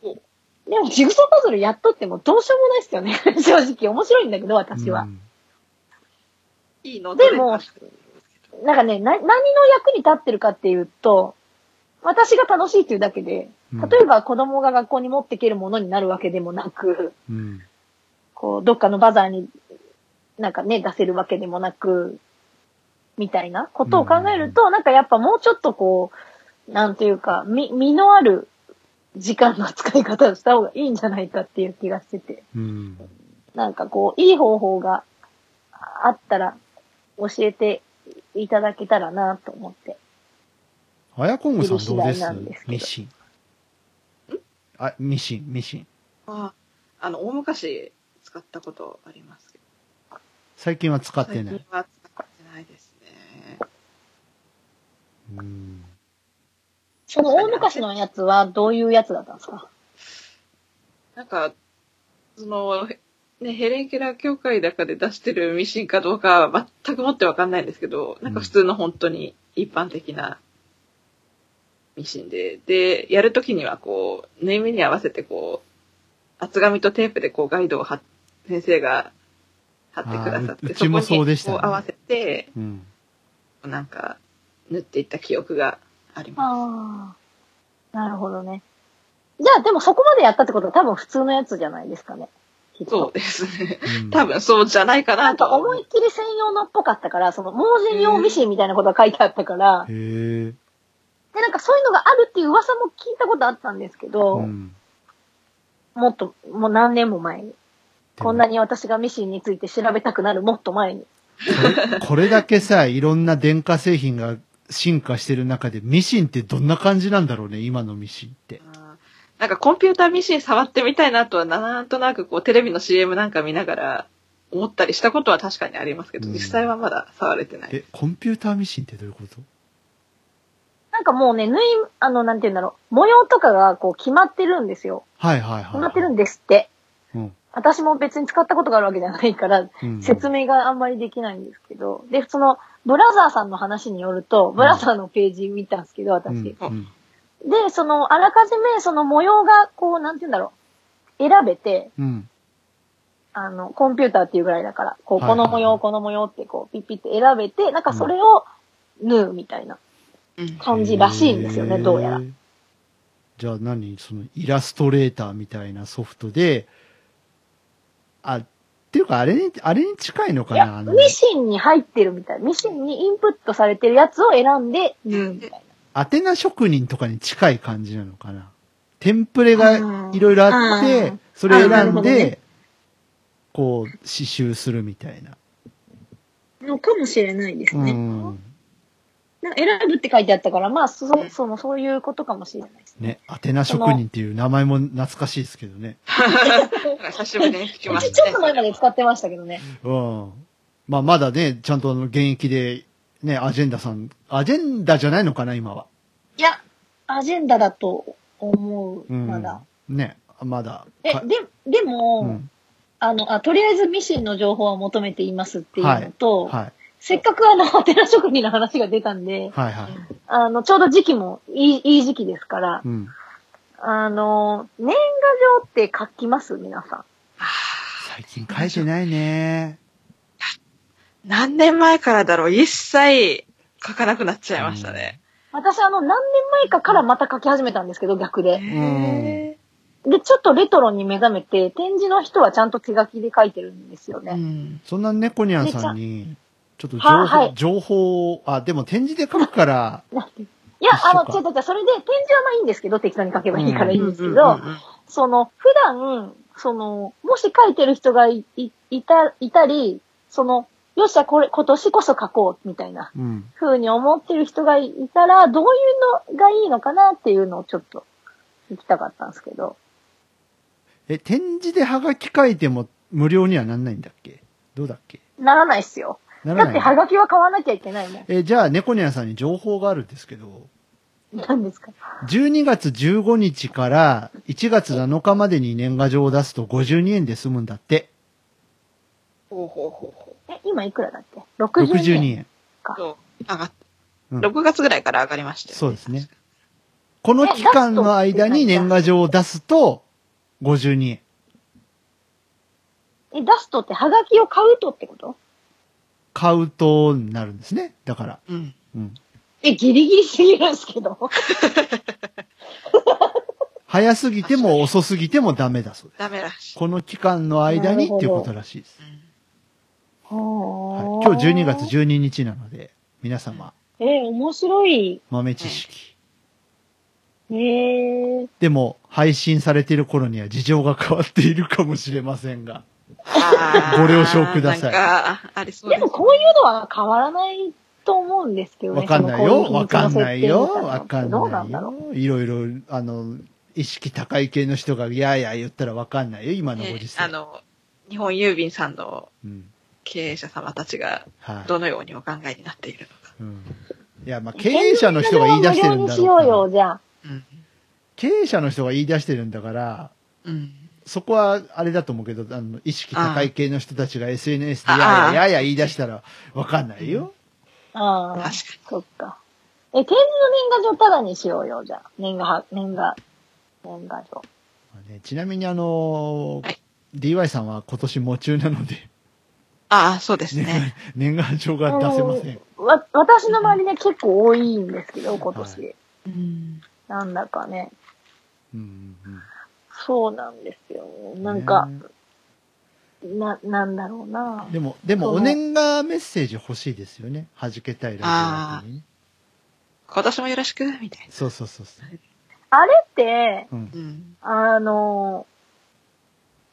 S3: でもジグソーパズルやっとってもどうしようもないですよね。 正直、面白いんだけど、私は。
S2: いいの
S3: で
S2: どれ
S3: も
S2: か
S3: なんかねな、何の役に立ってるかっていうと、私が楽しいっていうだけで、
S1: うん
S3: 例えば子供が学校に持っていけるものになるわけでもなく、
S1: うん。
S3: こう、どっかのバザーになんかね、出せるわけでもなく、みたいなことを考えると、なんかやっぱもうちょっとこう、なんというか、み、身のある時間の使い方をした方がいいんじゃないかっていう気がしてて、
S1: うん。
S3: なんかこう、いい方法があったら教えていただけたらなと思って。
S1: あやこんごさんどうで
S3: いる次第な
S1: す
S3: んですけど
S1: ミシン。あ、ミシン、ミシン。
S2: ああの、大昔使ったことありますけど。
S1: 最近は使ってな
S2: 最
S1: い。
S2: 近は使ってないですね。
S1: うん。
S3: その大昔のやつはどういうやつだったんですか
S2: なんか、その、へね、ヘレンケラー協会だかで出してるミシンかどうかは全くもってわかんないんですけど、なんか普通の本当に一般的なミシンで。で、やるときにはこう、縫い目に合わせてこう、厚紙とテープでこうガイドを貼っ先生が貼ってくださっ
S1: あーう
S2: て、
S1: うちもそうでしたね
S2: こにこう合わせて、
S1: うん。
S2: なんか、縫っていった記憶があります。
S3: ああ。なるほどね。じゃあ、でもそこまでやったってことは多分普通のやつじゃないですかね。きっと
S2: そうですね。
S1: うん
S2: 多分そうじゃないか
S3: な
S2: なんと
S3: か
S2: は
S3: 思いっきり専用のっぽかったから、その、盲人用ミシンみたいなことが書いてあったから、
S1: へえ。
S3: で、なんかそういうのがあるっていう噂も聞いたことあったんですけど、
S1: うん。
S3: もっと、もう何年も前に。こんなに私がミシンについて調べたくなるもっと前に。
S1: これこれだけさ、いろんな電化製品が進化してる中で、ミシンってどんな感じなんだろうね、今のミシンって。
S2: あーなんかコンピューターミシン触ってみたいなとは、なんとなくこうテレビの CM なんか見ながら思ったりしたことは確かにありますけど、
S1: うん
S2: 実際はまだ触れてない。
S1: え、コンピューターミシンってどういうこと
S3: なんかもうね、縫い、あの、なんて言うんだろう、模様とかがこう決まってるんですよ。
S1: はいはいはい。
S3: 決まってるんですって。
S1: うん。
S3: 私も別に使ったことがあるわけじゃないから、
S1: うん
S3: 説明があんまりできないんですけど。で、その、ブラザーさんの話によると、ブラザーのページ見たんですけど、
S1: うん
S3: 私。
S1: うん
S3: で、その、あらかじめ、その模様が、こう、なんて言うんだろう、選べて、
S1: うん。
S3: あの、コンピューターっていうぐらいだから、こう、
S1: はいは
S3: こ
S1: い
S3: の模様、この模様って、こう、ピッピって選べて、なんかそれを縫うみたいな
S2: うん
S3: 感じらしいんですよ
S1: へ
S3: ね、
S1: ー
S3: どうやら。。
S1: じゃあ何そのイラストレーターみたいなソフトで、あ、っていうかあれに、あれに近いのか
S3: い
S1: なあ
S3: や、
S1: の
S3: ミシンに入ってるみたい。ミシンにインプットされてるやつを選んで縫うみたいな。
S1: アテナ職人とかに近い感じなのかなテンプレがいろいろあっ
S3: う
S1: て
S3: ん、
S1: それ
S3: あーなる
S1: 選ん
S3: ほどね
S1: で、こう、刺繍するみたいな。
S3: のかもしれないです
S1: うん。
S3: なんか選ぶって書いてあったから、まあ、そ、その、そういうことかもしれないですね。
S1: ね、アテナ職人っていう名前も懐かしいですけどね。
S2: なんか久しぶりに聞き
S3: う
S2: ま
S3: ち
S2: した
S3: ちょっ
S2: ね
S3: と。前まで使ってましたけどね。
S1: うん。まあ、まだね、ちゃんとあの現役で、ね、アジェンダさん、アジェンダじゃないのかな、今は。
S3: いや、アジェンダだと思う、
S1: うん。
S3: まだ。。
S1: ね、まだ。
S3: え、
S1: か
S3: で、でも、
S1: うん
S3: あの、あ、とりあえずミシンの情報は求めていますっていうのと、
S1: はい。
S3: せっかくあの、お寺職人の話が出たんで、
S1: はいはい。
S3: あの、ちょうど時期もいい、いい時期ですから、
S1: うん。
S3: あの、年賀状って書きます皆さん。
S1: 最近書いてないね。
S2: 何年前からだろう一切書かなくなっちゃいましたね。
S3: 私あの、何年前かからまた書き始めたんですけど、逆で。
S2: へ
S3: で、ちょっとレトロに目覚めて、展示の人はちゃんと手書きで書いてるんですよ
S2: ーう
S3: ね。
S2: ん。
S1: そんな猫にゃんさんに、ちょっと情
S3: はは
S1: 報、
S3: い
S1: 情報を、あ、でも展示で書くから、
S3: いや、
S1: 一緒
S3: あの、
S1: か
S3: 違う違う違う、それで展示はまあいいんですけど、適当に書けばいいからいいんですけど、
S2: うん
S3: その、普段、その、もし書いてる人がい、いいた、いたり、その、よっしゃ、これ、今年こそ書こう、みたいな、
S1: うん。
S3: 風に思ってる人がいいたら、どういうのがいいのかなっていうのをちょっと、聞きたかったんですけど。
S1: え、展示でハガキ書いても無料にはなんないんだっけどうだっけ
S3: ならないっすよ。
S1: な
S3: だ
S1: ら
S3: って、
S1: な
S3: ハ
S1: い。
S3: ガキは買わなきゃいけないもん。
S1: え、じゃあ、猫にゃんさんに情報があるんですけど、
S3: なんですか
S1: 12月15日から1月7日までに年賀状を出すと52円で済むんだって。
S2: ほうほうほうほ
S3: え、今いくらだっけ ?62
S1: 62円。
S2: う。そう上がっ
S1: うん
S2: 6月ぐらいから上がりましたよ、
S1: そうですね。この期間の間に年賀状を出すと52円。
S3: え、出すとって、ハガキを買うとってこと
S1: 買うとになるんですね。だから。
S2: うん。
S1: うん。
S3: え、ギリギリすぎるんですけど。
S1: 早すぎても遅すぎてもダメだそうです。
S2: ダメらしい。
S1: この期間の間にっていうことらしいです。はい、今
S3: 今
S1: 日12月12日なので、皆様、
S3: えー面白い。
S1: 豆知識。
S3: えー、
S1: でも、配信されている頃には事情が変わっているかもしれませんが。
S2: あー
S1: ご了承ください
S2: なんか、ありそう
S3: で
S2: です
S3: もこういうのは変わらないと思うんですけどね。
S1: わかんない
S3: その
S1: よ。
S3: こうう
S1: わ
S3: 秘密
S1: かん
S3: の設定
S1: ないよ。
S3: みたい
S1: わ
S3: の
S1: かん
S3: どうなんだ
S1: な
S3: ろ
S1: いよ。いろいろ、あの、意識高い系の人が、いやいや言ったらわかんないよ。今のご時
S2: ね
S1: 世。
S2: あの、日本郵便さんの
S1: うん。
S2: 経営者様たちが
S1: はい。
S2: どのようにお考えになっているのか。
S1: うんいや、まあ、
S3: う。
S1: 経営者の人が言い出してるんだ
S3: 無料にしよう
S1: ろ
S3: よ、
S1: う
S3: じゃあ。
S2: うん。
S1: 経営者の人が言い出してるんだから、
S2: うん。
S1: そこはあれだと思うけど、あの、意識高い系の人たちが SNS で、
S2: あ
S1: い
S2: あ
S1: やいやいやいや言い出したらわかんないよ。
S3: あ
S2: 確
S3: あ
S2: か、
S3: そっか。え、定時の年賀状ただにしようよ、じゃあ。年賀は、年賀、年賀状。
S1: まあねちなみにあのー
S2: はい
S1: DY さんは今年夢中なので、
S2: ああ、そうですね。
S1: 年賀状が出せません。
S3: わ、私の周りね、結構多いんですけど、今年。
S1: は
S2: うん。
S3: なんだかね。
S1: うんうんうん
S3: そうなんですよ。なんか、な、なんだろうな。
S1: でも、でも、
S3: その
S1: お年賀メッセージ欲しいですよね。弾けたいラジオに、ね。
S2: 今年もよろしく、みたい
S1: そうそうそうそう。
S3: あれって、
S1: うん
S2: な。。うん。
S3: あの、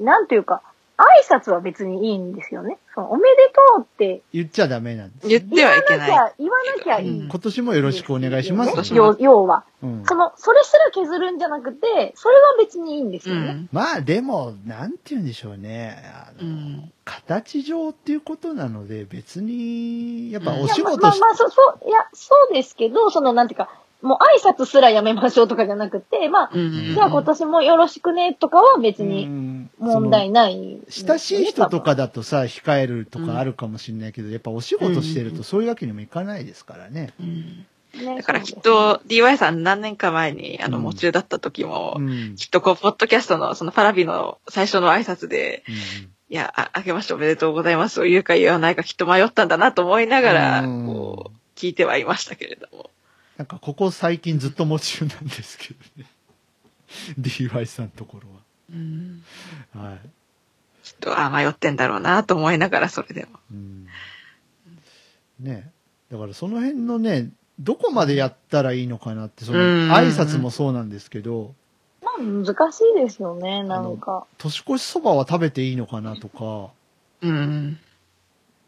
S3: なんていうか、挨拶は別にいいんですよね。そのおめでとうって
S1: 言っちゃダメなんです。
S2: 言って
S3: 言わ
S2: はいけ
S3: なき
S2: ない。
S3: ゃ、言わなきゃいい。
S1: 今年もよろしくお願いしま
S2: 今
S1: す
S2: 年
S1: ね、
S2: も
S3: 要要は。
S1: うん
S3: その、それすら削るんじゃなくて、それは別にいいんです
S2: う
S3: よね。
S2: ん。
S1: まあ、でも、なんて言うんでしょうね。あの
S2: うん。
S1: 形上っていうことなので、別に、やっぱ
S2: うん
S1: お
S3: いや
S1: 仕
S3: ま
S1: 事
S3: あまあ
S1: し
S3: まあ、そう、そう、いや、そうですけど、その、なんていうか、もう挨拶すらやめましょうとかじゃなくて、まあ、
S2: うん。
S3: じゃあ今年もよろしくねとかは別
S1: う
S3: に
S1: ん
S3: 問題ないんです
S1: そ
S3: よ
S1: の親
S3: ね、
S1: しい人と
S3: 多
S1: かだとさ、控えるとかあるかもしれないけど、やっぱお仕事してる
S2: う
S1: とそういうわけにもいかないですからね。
S2: うん。
S3: 分ね。
S2: だからきっ
S3: そう
S2: と、DY さん何年か前に、あの、
S1: うん
S2: 夢中だった時も、
S1: うん。うん
S2: きっとこう、ポッドキャストの、そのパラビの最初の挨拶で、
S1: うん
S2: いや、あ、あけましておめでとうございますを言うか言わないかきっと迷ったんだなと思いながら、
S1: うん
S2: こう、聞いてはいましたけれども。
S1: なんかここ最近ずっと夢中なんですけどね。DY さんのところ
S2: うん。
S1: は。はい。
S2: きっと、あ、迷ってんだろうなと思いながら、それでも。
S1: うん。ねだからその辺のね、どこまでやったらいいのかなって、その
S2: うん
S1: 挨拶もそうなんですけど、
S3: まあ難しいですよね、なんか。
S1: 年越しそばは食べていいのかなとか、
S2: うん。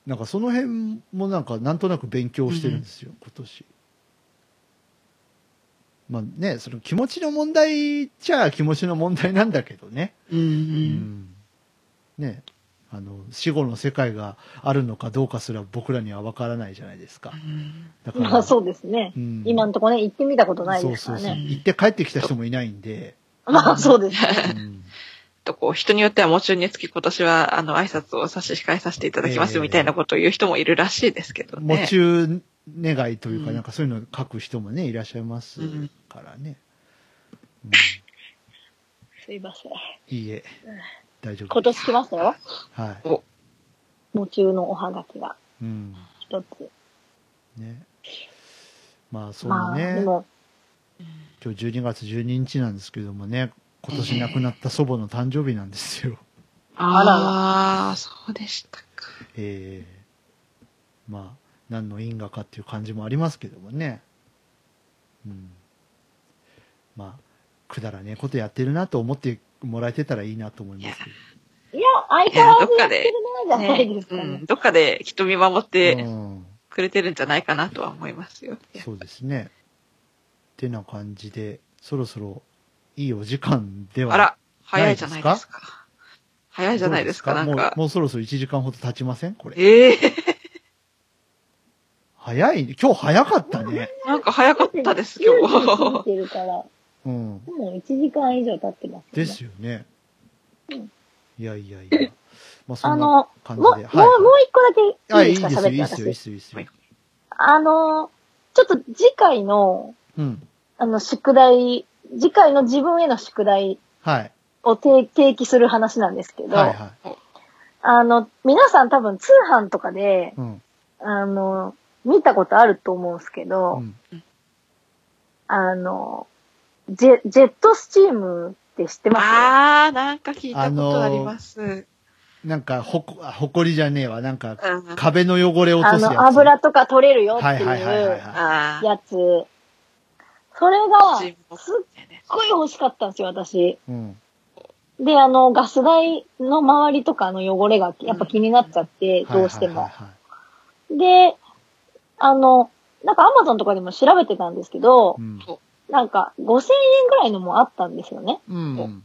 S1: なんかその辺もなんかなんとなく勉強してるんですよ、今年。まあね、その気持ちの問題っちゃ気持ちの問題なんだけどね。
S2: うん。うん。
S1: ねあの死後の世界があるのかどうかすら僕らには分からないじゃないですかだから、
S3: まあそうですね
S1: う。ん
S3: 今のとこね、行ってみたことないですから
S1: そうそうそ
S3: ね。
S1: う行って帰ってきた人もいないんで、
S3: まあそうですね。
S1: うん
S2: と、こう、人によっては、もちろんにつき今年は、あの、挨拶を差し控えさせていただきま
S1: ええ
S2: すみたいなことを言う人もいるらしいですけどね。
S1: 夢中願いというか、
S2: うん
S1: なんかそういうのを書く人もねいらっしゃいますからね、うん
S3: すいません。
S1: いいえ大丈夫
S3: 今年来ましたよ。
S1: はい、
S3: 夢中のおはがきが
S1: うん
S3: 一つ。
S1: ね、まあそん
S3: ま
S1: な
S3: あ、
S1: ね、
S3: でも、
S1: 今日12月12日なんですけどもね今年亡くなった祖母の誕生日なんですよ
S3: あら
S2: ああ、そうでしたか。
S1: ええまあ何の因果かっていう感じもありますけどもね、うん、まあくだらねえことやってるなと思ってもらえてたらいいなと思いますけ
S3: いや、相変わらず
S2: いやどっ
S3: や
S2: か
S3: っ
S2: で
S3: てるな、じゃないですか
S2: う
S3: ね。
S2: ん、どっかできっと見守っ
S1: ど、
S2: て
S1: うん、
S2: くれてるんじゃないかなとは思いますよ。
S1: そうですねてな感じでそろそろいいお時間では
S2: あら、早いじゃないですか。早いじゃないですか、な
S1: ど
S2: ん
S1: う
S2: か
S1: もう。もうそろそろ1時間ほど経ちませんこれ
S2: ええ
S1: 早いね今日早かったね
S2: なんか早かったです、今
S3: 9時過
S2: 日。
S3: ぎてるから、も
S1: うん
S3: う1時間以上経ってます、
S1: で。すよね
S3: うん
S1: いやいやいやまあそ
S3: あ
S1: ん
S3: の
S1: な、感じ
S3: もう、もう、
S1: で
S3: もう一個だ
S1: は
S3: けい
S1: い
S3: い
S1: いい
S3: ですか、
S1: ですよ、
S3: 喋
S1: いい
S3: っ
S1: で
S3: て
S1: すよ、いいですよ、い
S3: 私。
S1: いです
S2: は
S1: よ
S2: い。
S3: あの、ちょっと次回の、
S1: うん。
S3: あの、宿題、次回の自分への宿題
S1: はい。
S3: を提提起する話なんですけど、
S1: はいは
S3: あの、皆さん多分通販とかで
S1: い。、うん。
S3: あの、見たことあると思うんですけ
S1: う
S3: ど、
S1: ん。
S3: あの、ジェ、ジェットスチームって知ってま
S2: ああ、なんか聞いたことあります。
S1: なんか、ほこ、あほこりじゃねえわ。なんか、
S2: うん
S1: 壁の汚れ
S3: す
S1: 落
S3: あ
S1: とすやつ。
S3: の、油とか取れるよって
S1: はいいはいはいはいうは
S2: ああ、
S3: やつ。それが、す
S2: チ
S3: っ
S2: ーム
S3: ごい欲しかったんですよ、私。
S1: い。うん。
S3: で、あの、ガス台の周りとかの汚れがやっぱ気になっちゃって、どうしても
S1: はい。は
S3: で、あの、なんかアマゾンとかでも調べてたんですけど
S1: いはい。う、ん。
S3: なんか5000円ぐらいのもあったんですよね。
S1: うん。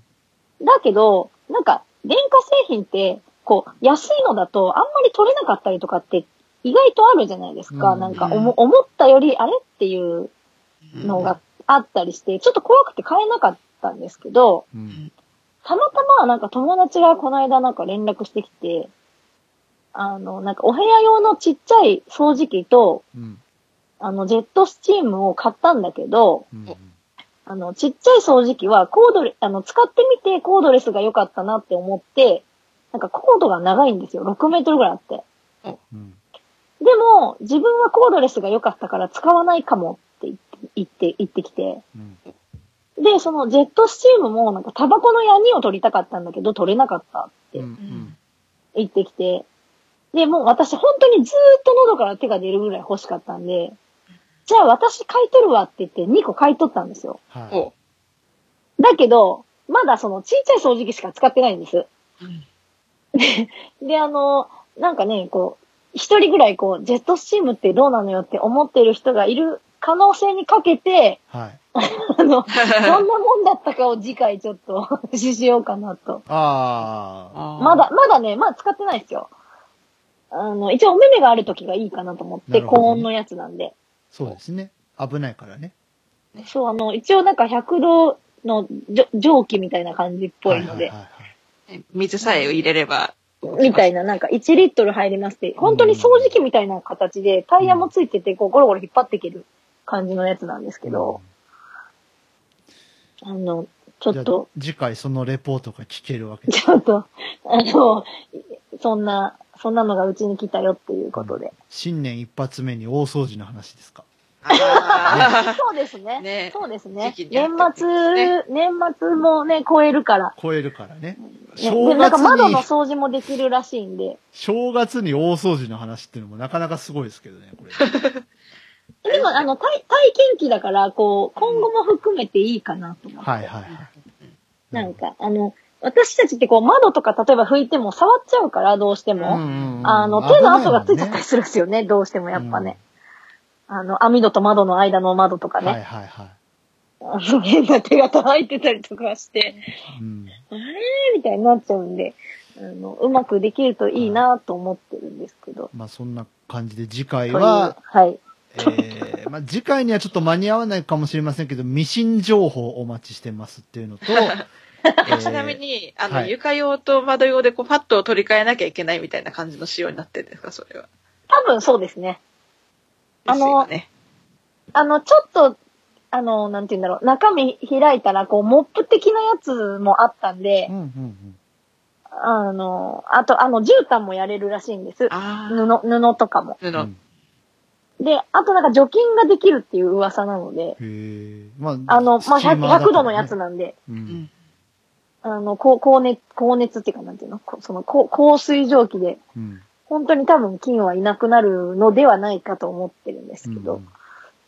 S3: だけど、なんか電化製品って、こう、安いのだとあんまり取れなかったりとかって意外とあるじゃないですか。
S1: うん
S3: なんかおも思ったよりあれっていうのがあったりして、ちょっと怖くて買えなかったんですけど、
S1: うん。
S3: たまたまなんか友達がこの間なんか連絡してきて、あの、なんかお部屋用のちっちゃい掃除機と、
S1: うん。
S3: あの、ジェットスチームを買ったんだけど、
S1: うん
S3: あの、ちっちゃい掃除機はコードレ、あの、使ってみてコードレスが良かったなって思って、なんかコードが長いんですよ。6メートルぐらいあって。
S1: うん
S3: でも、自分はコードレスが良かったから使わないかもって言って、言って、言ってきて。
S1: うん
S3: で、そのジェットスチームもなんかタバコの闇を取りたかったんだけど取れなかったって
S1: うん
S3: 言ってきて。で、もう私本当にずーっと喉から手が出るぐらい欲しかったんで、じゃあ私買い取るわって言って2個買い取ったんですよ。
S1: は
S2: お
S3: だけど、まだそのちっちゃい掃除機しか使ってないんです。
S2: うん
S3: で、あの、なんかね、こう、一人ぐらいこう、ジェットスチームってどうなのよって思ってる人がいる可能性にかけて、
S1: い。はい。
S3: あの、 どんなもんだったかを次回ちょっとお 話ししようかなと。
S1: ああ。
S3: ま
S2: ま
S3: だ、まだね、まだ使ってないですよ。あの、一応お目目がある時がいいかなと思っ
S1: な
S3: て、
S1: るほどね
S3: 高温のやつなんで。
S1: そうですね。危ないからね。
S3: そう、あの、一応なんか100度のじょ蒸気みたいな感じっぽいので
S1: は、はは
S2: 水さえ入れれば。
S3: みたいな、なんか1リットル入りますって、本当に掃除機みたいな形で、タイヤもついてて、こう、ゴロゴロ引っ張っていける感じのやつなんですけど、あの、ちょっと、
S1: じゃあ次回そのレポートが聞けるわけです。
S3: ちょっと、あの、そんな、そんなのがうちに来たよっていうことで。
S1: 新年一発目に大掃除の話ですか。
S2: あ
S3: そうですね。
S2: ね
S3: そうですね。
S2: 時期に合
S3: 年
S2: ってるん
S3: 末、年末もね、超えるから。
S1: 超えるからね。
S3: ね、
S1: 正
S3: で、なんか
S1: 月
S3: 窓の
S1: に、
S3: 掃除もできるらしいんで。
S1: 正月に大掃除の話っていうのもなかなかすごいですけどね、こ れ。
S3: でも、あの、体、体験記だから、こう、今後も含めていいかなと思って。
S1: はいはいはい。
S3: なんか、あの、私たちってこう窓とか例えば拭いても触っちゃうから、どうして
S1: うん
S3: も。
S1: うんうん、
S3: あの、手の跡がついちゃ
S1: て
S3: ったりするんですよね、どうしてもやっぱね。あの、網戸と窓の間の窓とか
S1: はい
S3: ね。
S1: はいは
S3: あの変な手形入ってたりとかして、
S1: い。うん。
S3: あれ みたいになっちゃうんで、あの、うまくできるといいなと思ってるんですけど。
S1: まあそんな感じで次回
S3: という
S1: は、
S3: はい。
S1: えーまあ、次回にはちょっと間に合わないかもしれませんけど、ミシン情報をお待ちしてますっていうのと、 えー
S2: ーちなみに、あ
S1: は
S2: の、
S1: い
S2: 床用と窓用で、こう、パッドを取り替えなきゃいけないみたいな感じの仕様になってるんですか、それは。
S3: 多分そうですね。あの
S2: ですよね
S3: あの、ちょっと、あの、なんて言うんだろう、中身開いたら、こう、モップ的なやつもあったんで
S1: うん、うんうん、
S3: あの、あと、あの、絨毯もやれるらしいんです。
S2: あ
S3: 布、布とかも。
S2: ー
S1: う
S2: 布。
S1: ん
S3: で、あとなんか除菌ができるっていう噂なので、
S1: へーまあ、
S3: あの、まあ、
S1: スチー
S3: 100,
S1: マーだからね
S3: 100度のやつなんで、
S1: う
S2: うんん。
S3: あの、高高熱、高熱っていうかなんていうの、こその高高水蒸気で、
S1: うん
S3: 本当に多分菌はいなくなるのではないかと思ってるんですけど、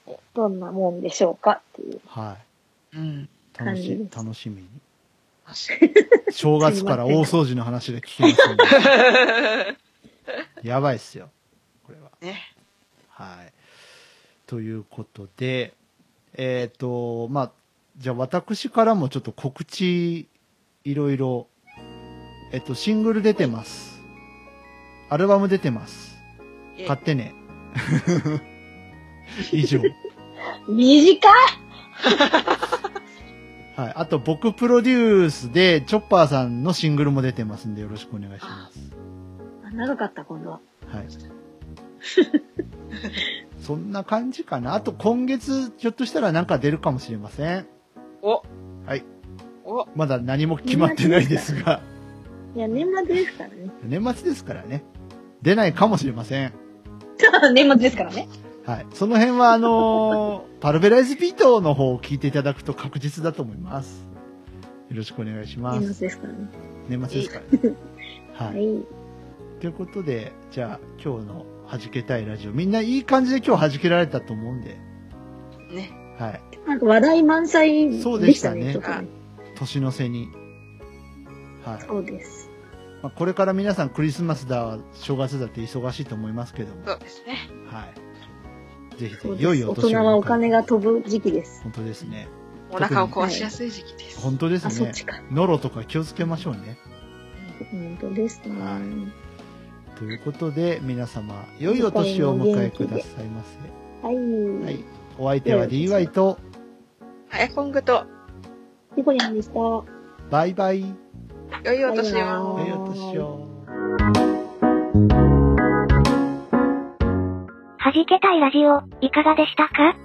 S1: うん
S3: どんなもんでしょうかっていう。
S1: は
S2: うん。
S1: い。楽し
S3: 感じ
S1: み
S3: で、す
S1: 楽しみに。
S2: 確
S1: 正月から大掃除の話が聞けますんで。
S2: か
S1: やばいっすよ。これは。
S2: に ね。
S1: はい。ということで、えっ、と、まあ、じゃあ私からもちょっと告知、いろいろ、えっと、シングル出てます。アルバム出てます。
S2: え
S1: 買ってね。 以上。
S3: 短い
S1: はい。あと、僕プロデュースで、チョッパーさんのシングルも出てますんで、よろしくお願いします。
S3: あ長かった、今度は。
S1: はい。 そんな感じかな。あと、今月、ひょっとしたらなんか出るかもしれません。
S2: お。
S1: はい。
S2: お。
S1: まだ何も決まってないです が、
S3: いや、年末ですからね。
S1: 年末ですからね、出ないかもしれません。
S3: 年末ですからね。
S1: はい。その辺は、あの ーパルベライズビートの方を聞いていただくと確実だと思います。よろしくお願いしま
S3: 年
S1: す。
S3: 末ですからね。
S1: 年末です からね。は。
S3: はいい。
S1: ということで、じゃあ、今日の弾けたいラジオ、みんないい感じで今日弾けられたと思うんで、
S2: ね。
S1: はい。
S3: なんか話題満載でした
S1: そ
S3: ね。
S1: うでしたね
S3: 特に
S1: 年の瀬に。はい。
S3: そうです。
S1: まあこれから皆さんクリスマスだ、正月だって忙しいと思いますけども、
S2: そうですね。
S1: はい。ぜひぜ
S3: そう
S1: ひ、
S3: です
S1: 良いお
S3: 大
S1: 年を
S3: 人はお金が飛ぶ時期です。
S1: 本当ですね。
S2: お腹を壊しやすい時期です。
S1: 本当で
S3: あ、
S1: す
S3: そっ
S1: ね
S3: ち。か。
S1: ノロとか気をつけましょうね。
S3: 本当ですね。
S1: はいということで、皆様、良いお年をお迎えくださいませ。
S3: はい。
S1: はい。お相手は DY と、
S2: 早コングと、
S3: ニコニャンでした。バ
S1: バイバイ。
S2: 良いお年
S3: バイバー
S2: を
S3: イ。
S1: 良いお年を。
S4: 弾弾けたいラジオ、いかがでしたか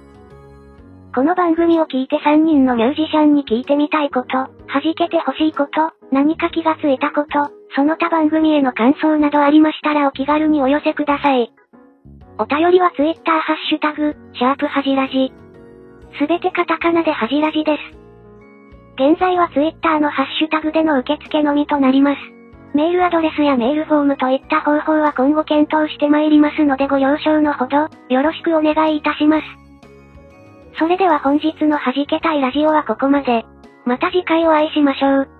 S4: この番組を聞いて3人のミュージシャンに聞いてみたいこと、弾けてほしいこと、何か気がついたこと、その他番組への感想などありましたらお気軽にお寄せください。お便りは Twitter ハッシュタグ、シャープはじらじ。すべてカタカナではじらじです。現在は Twitter のハッシュタグでの受付のみとなります。メールアドレスやメールフォームといった方法は今後検討してまいりますのでご了承のほど、よろしくお願いいたします。それでは本日の弾けたいラジオはここまで。また次回お会いしましょう。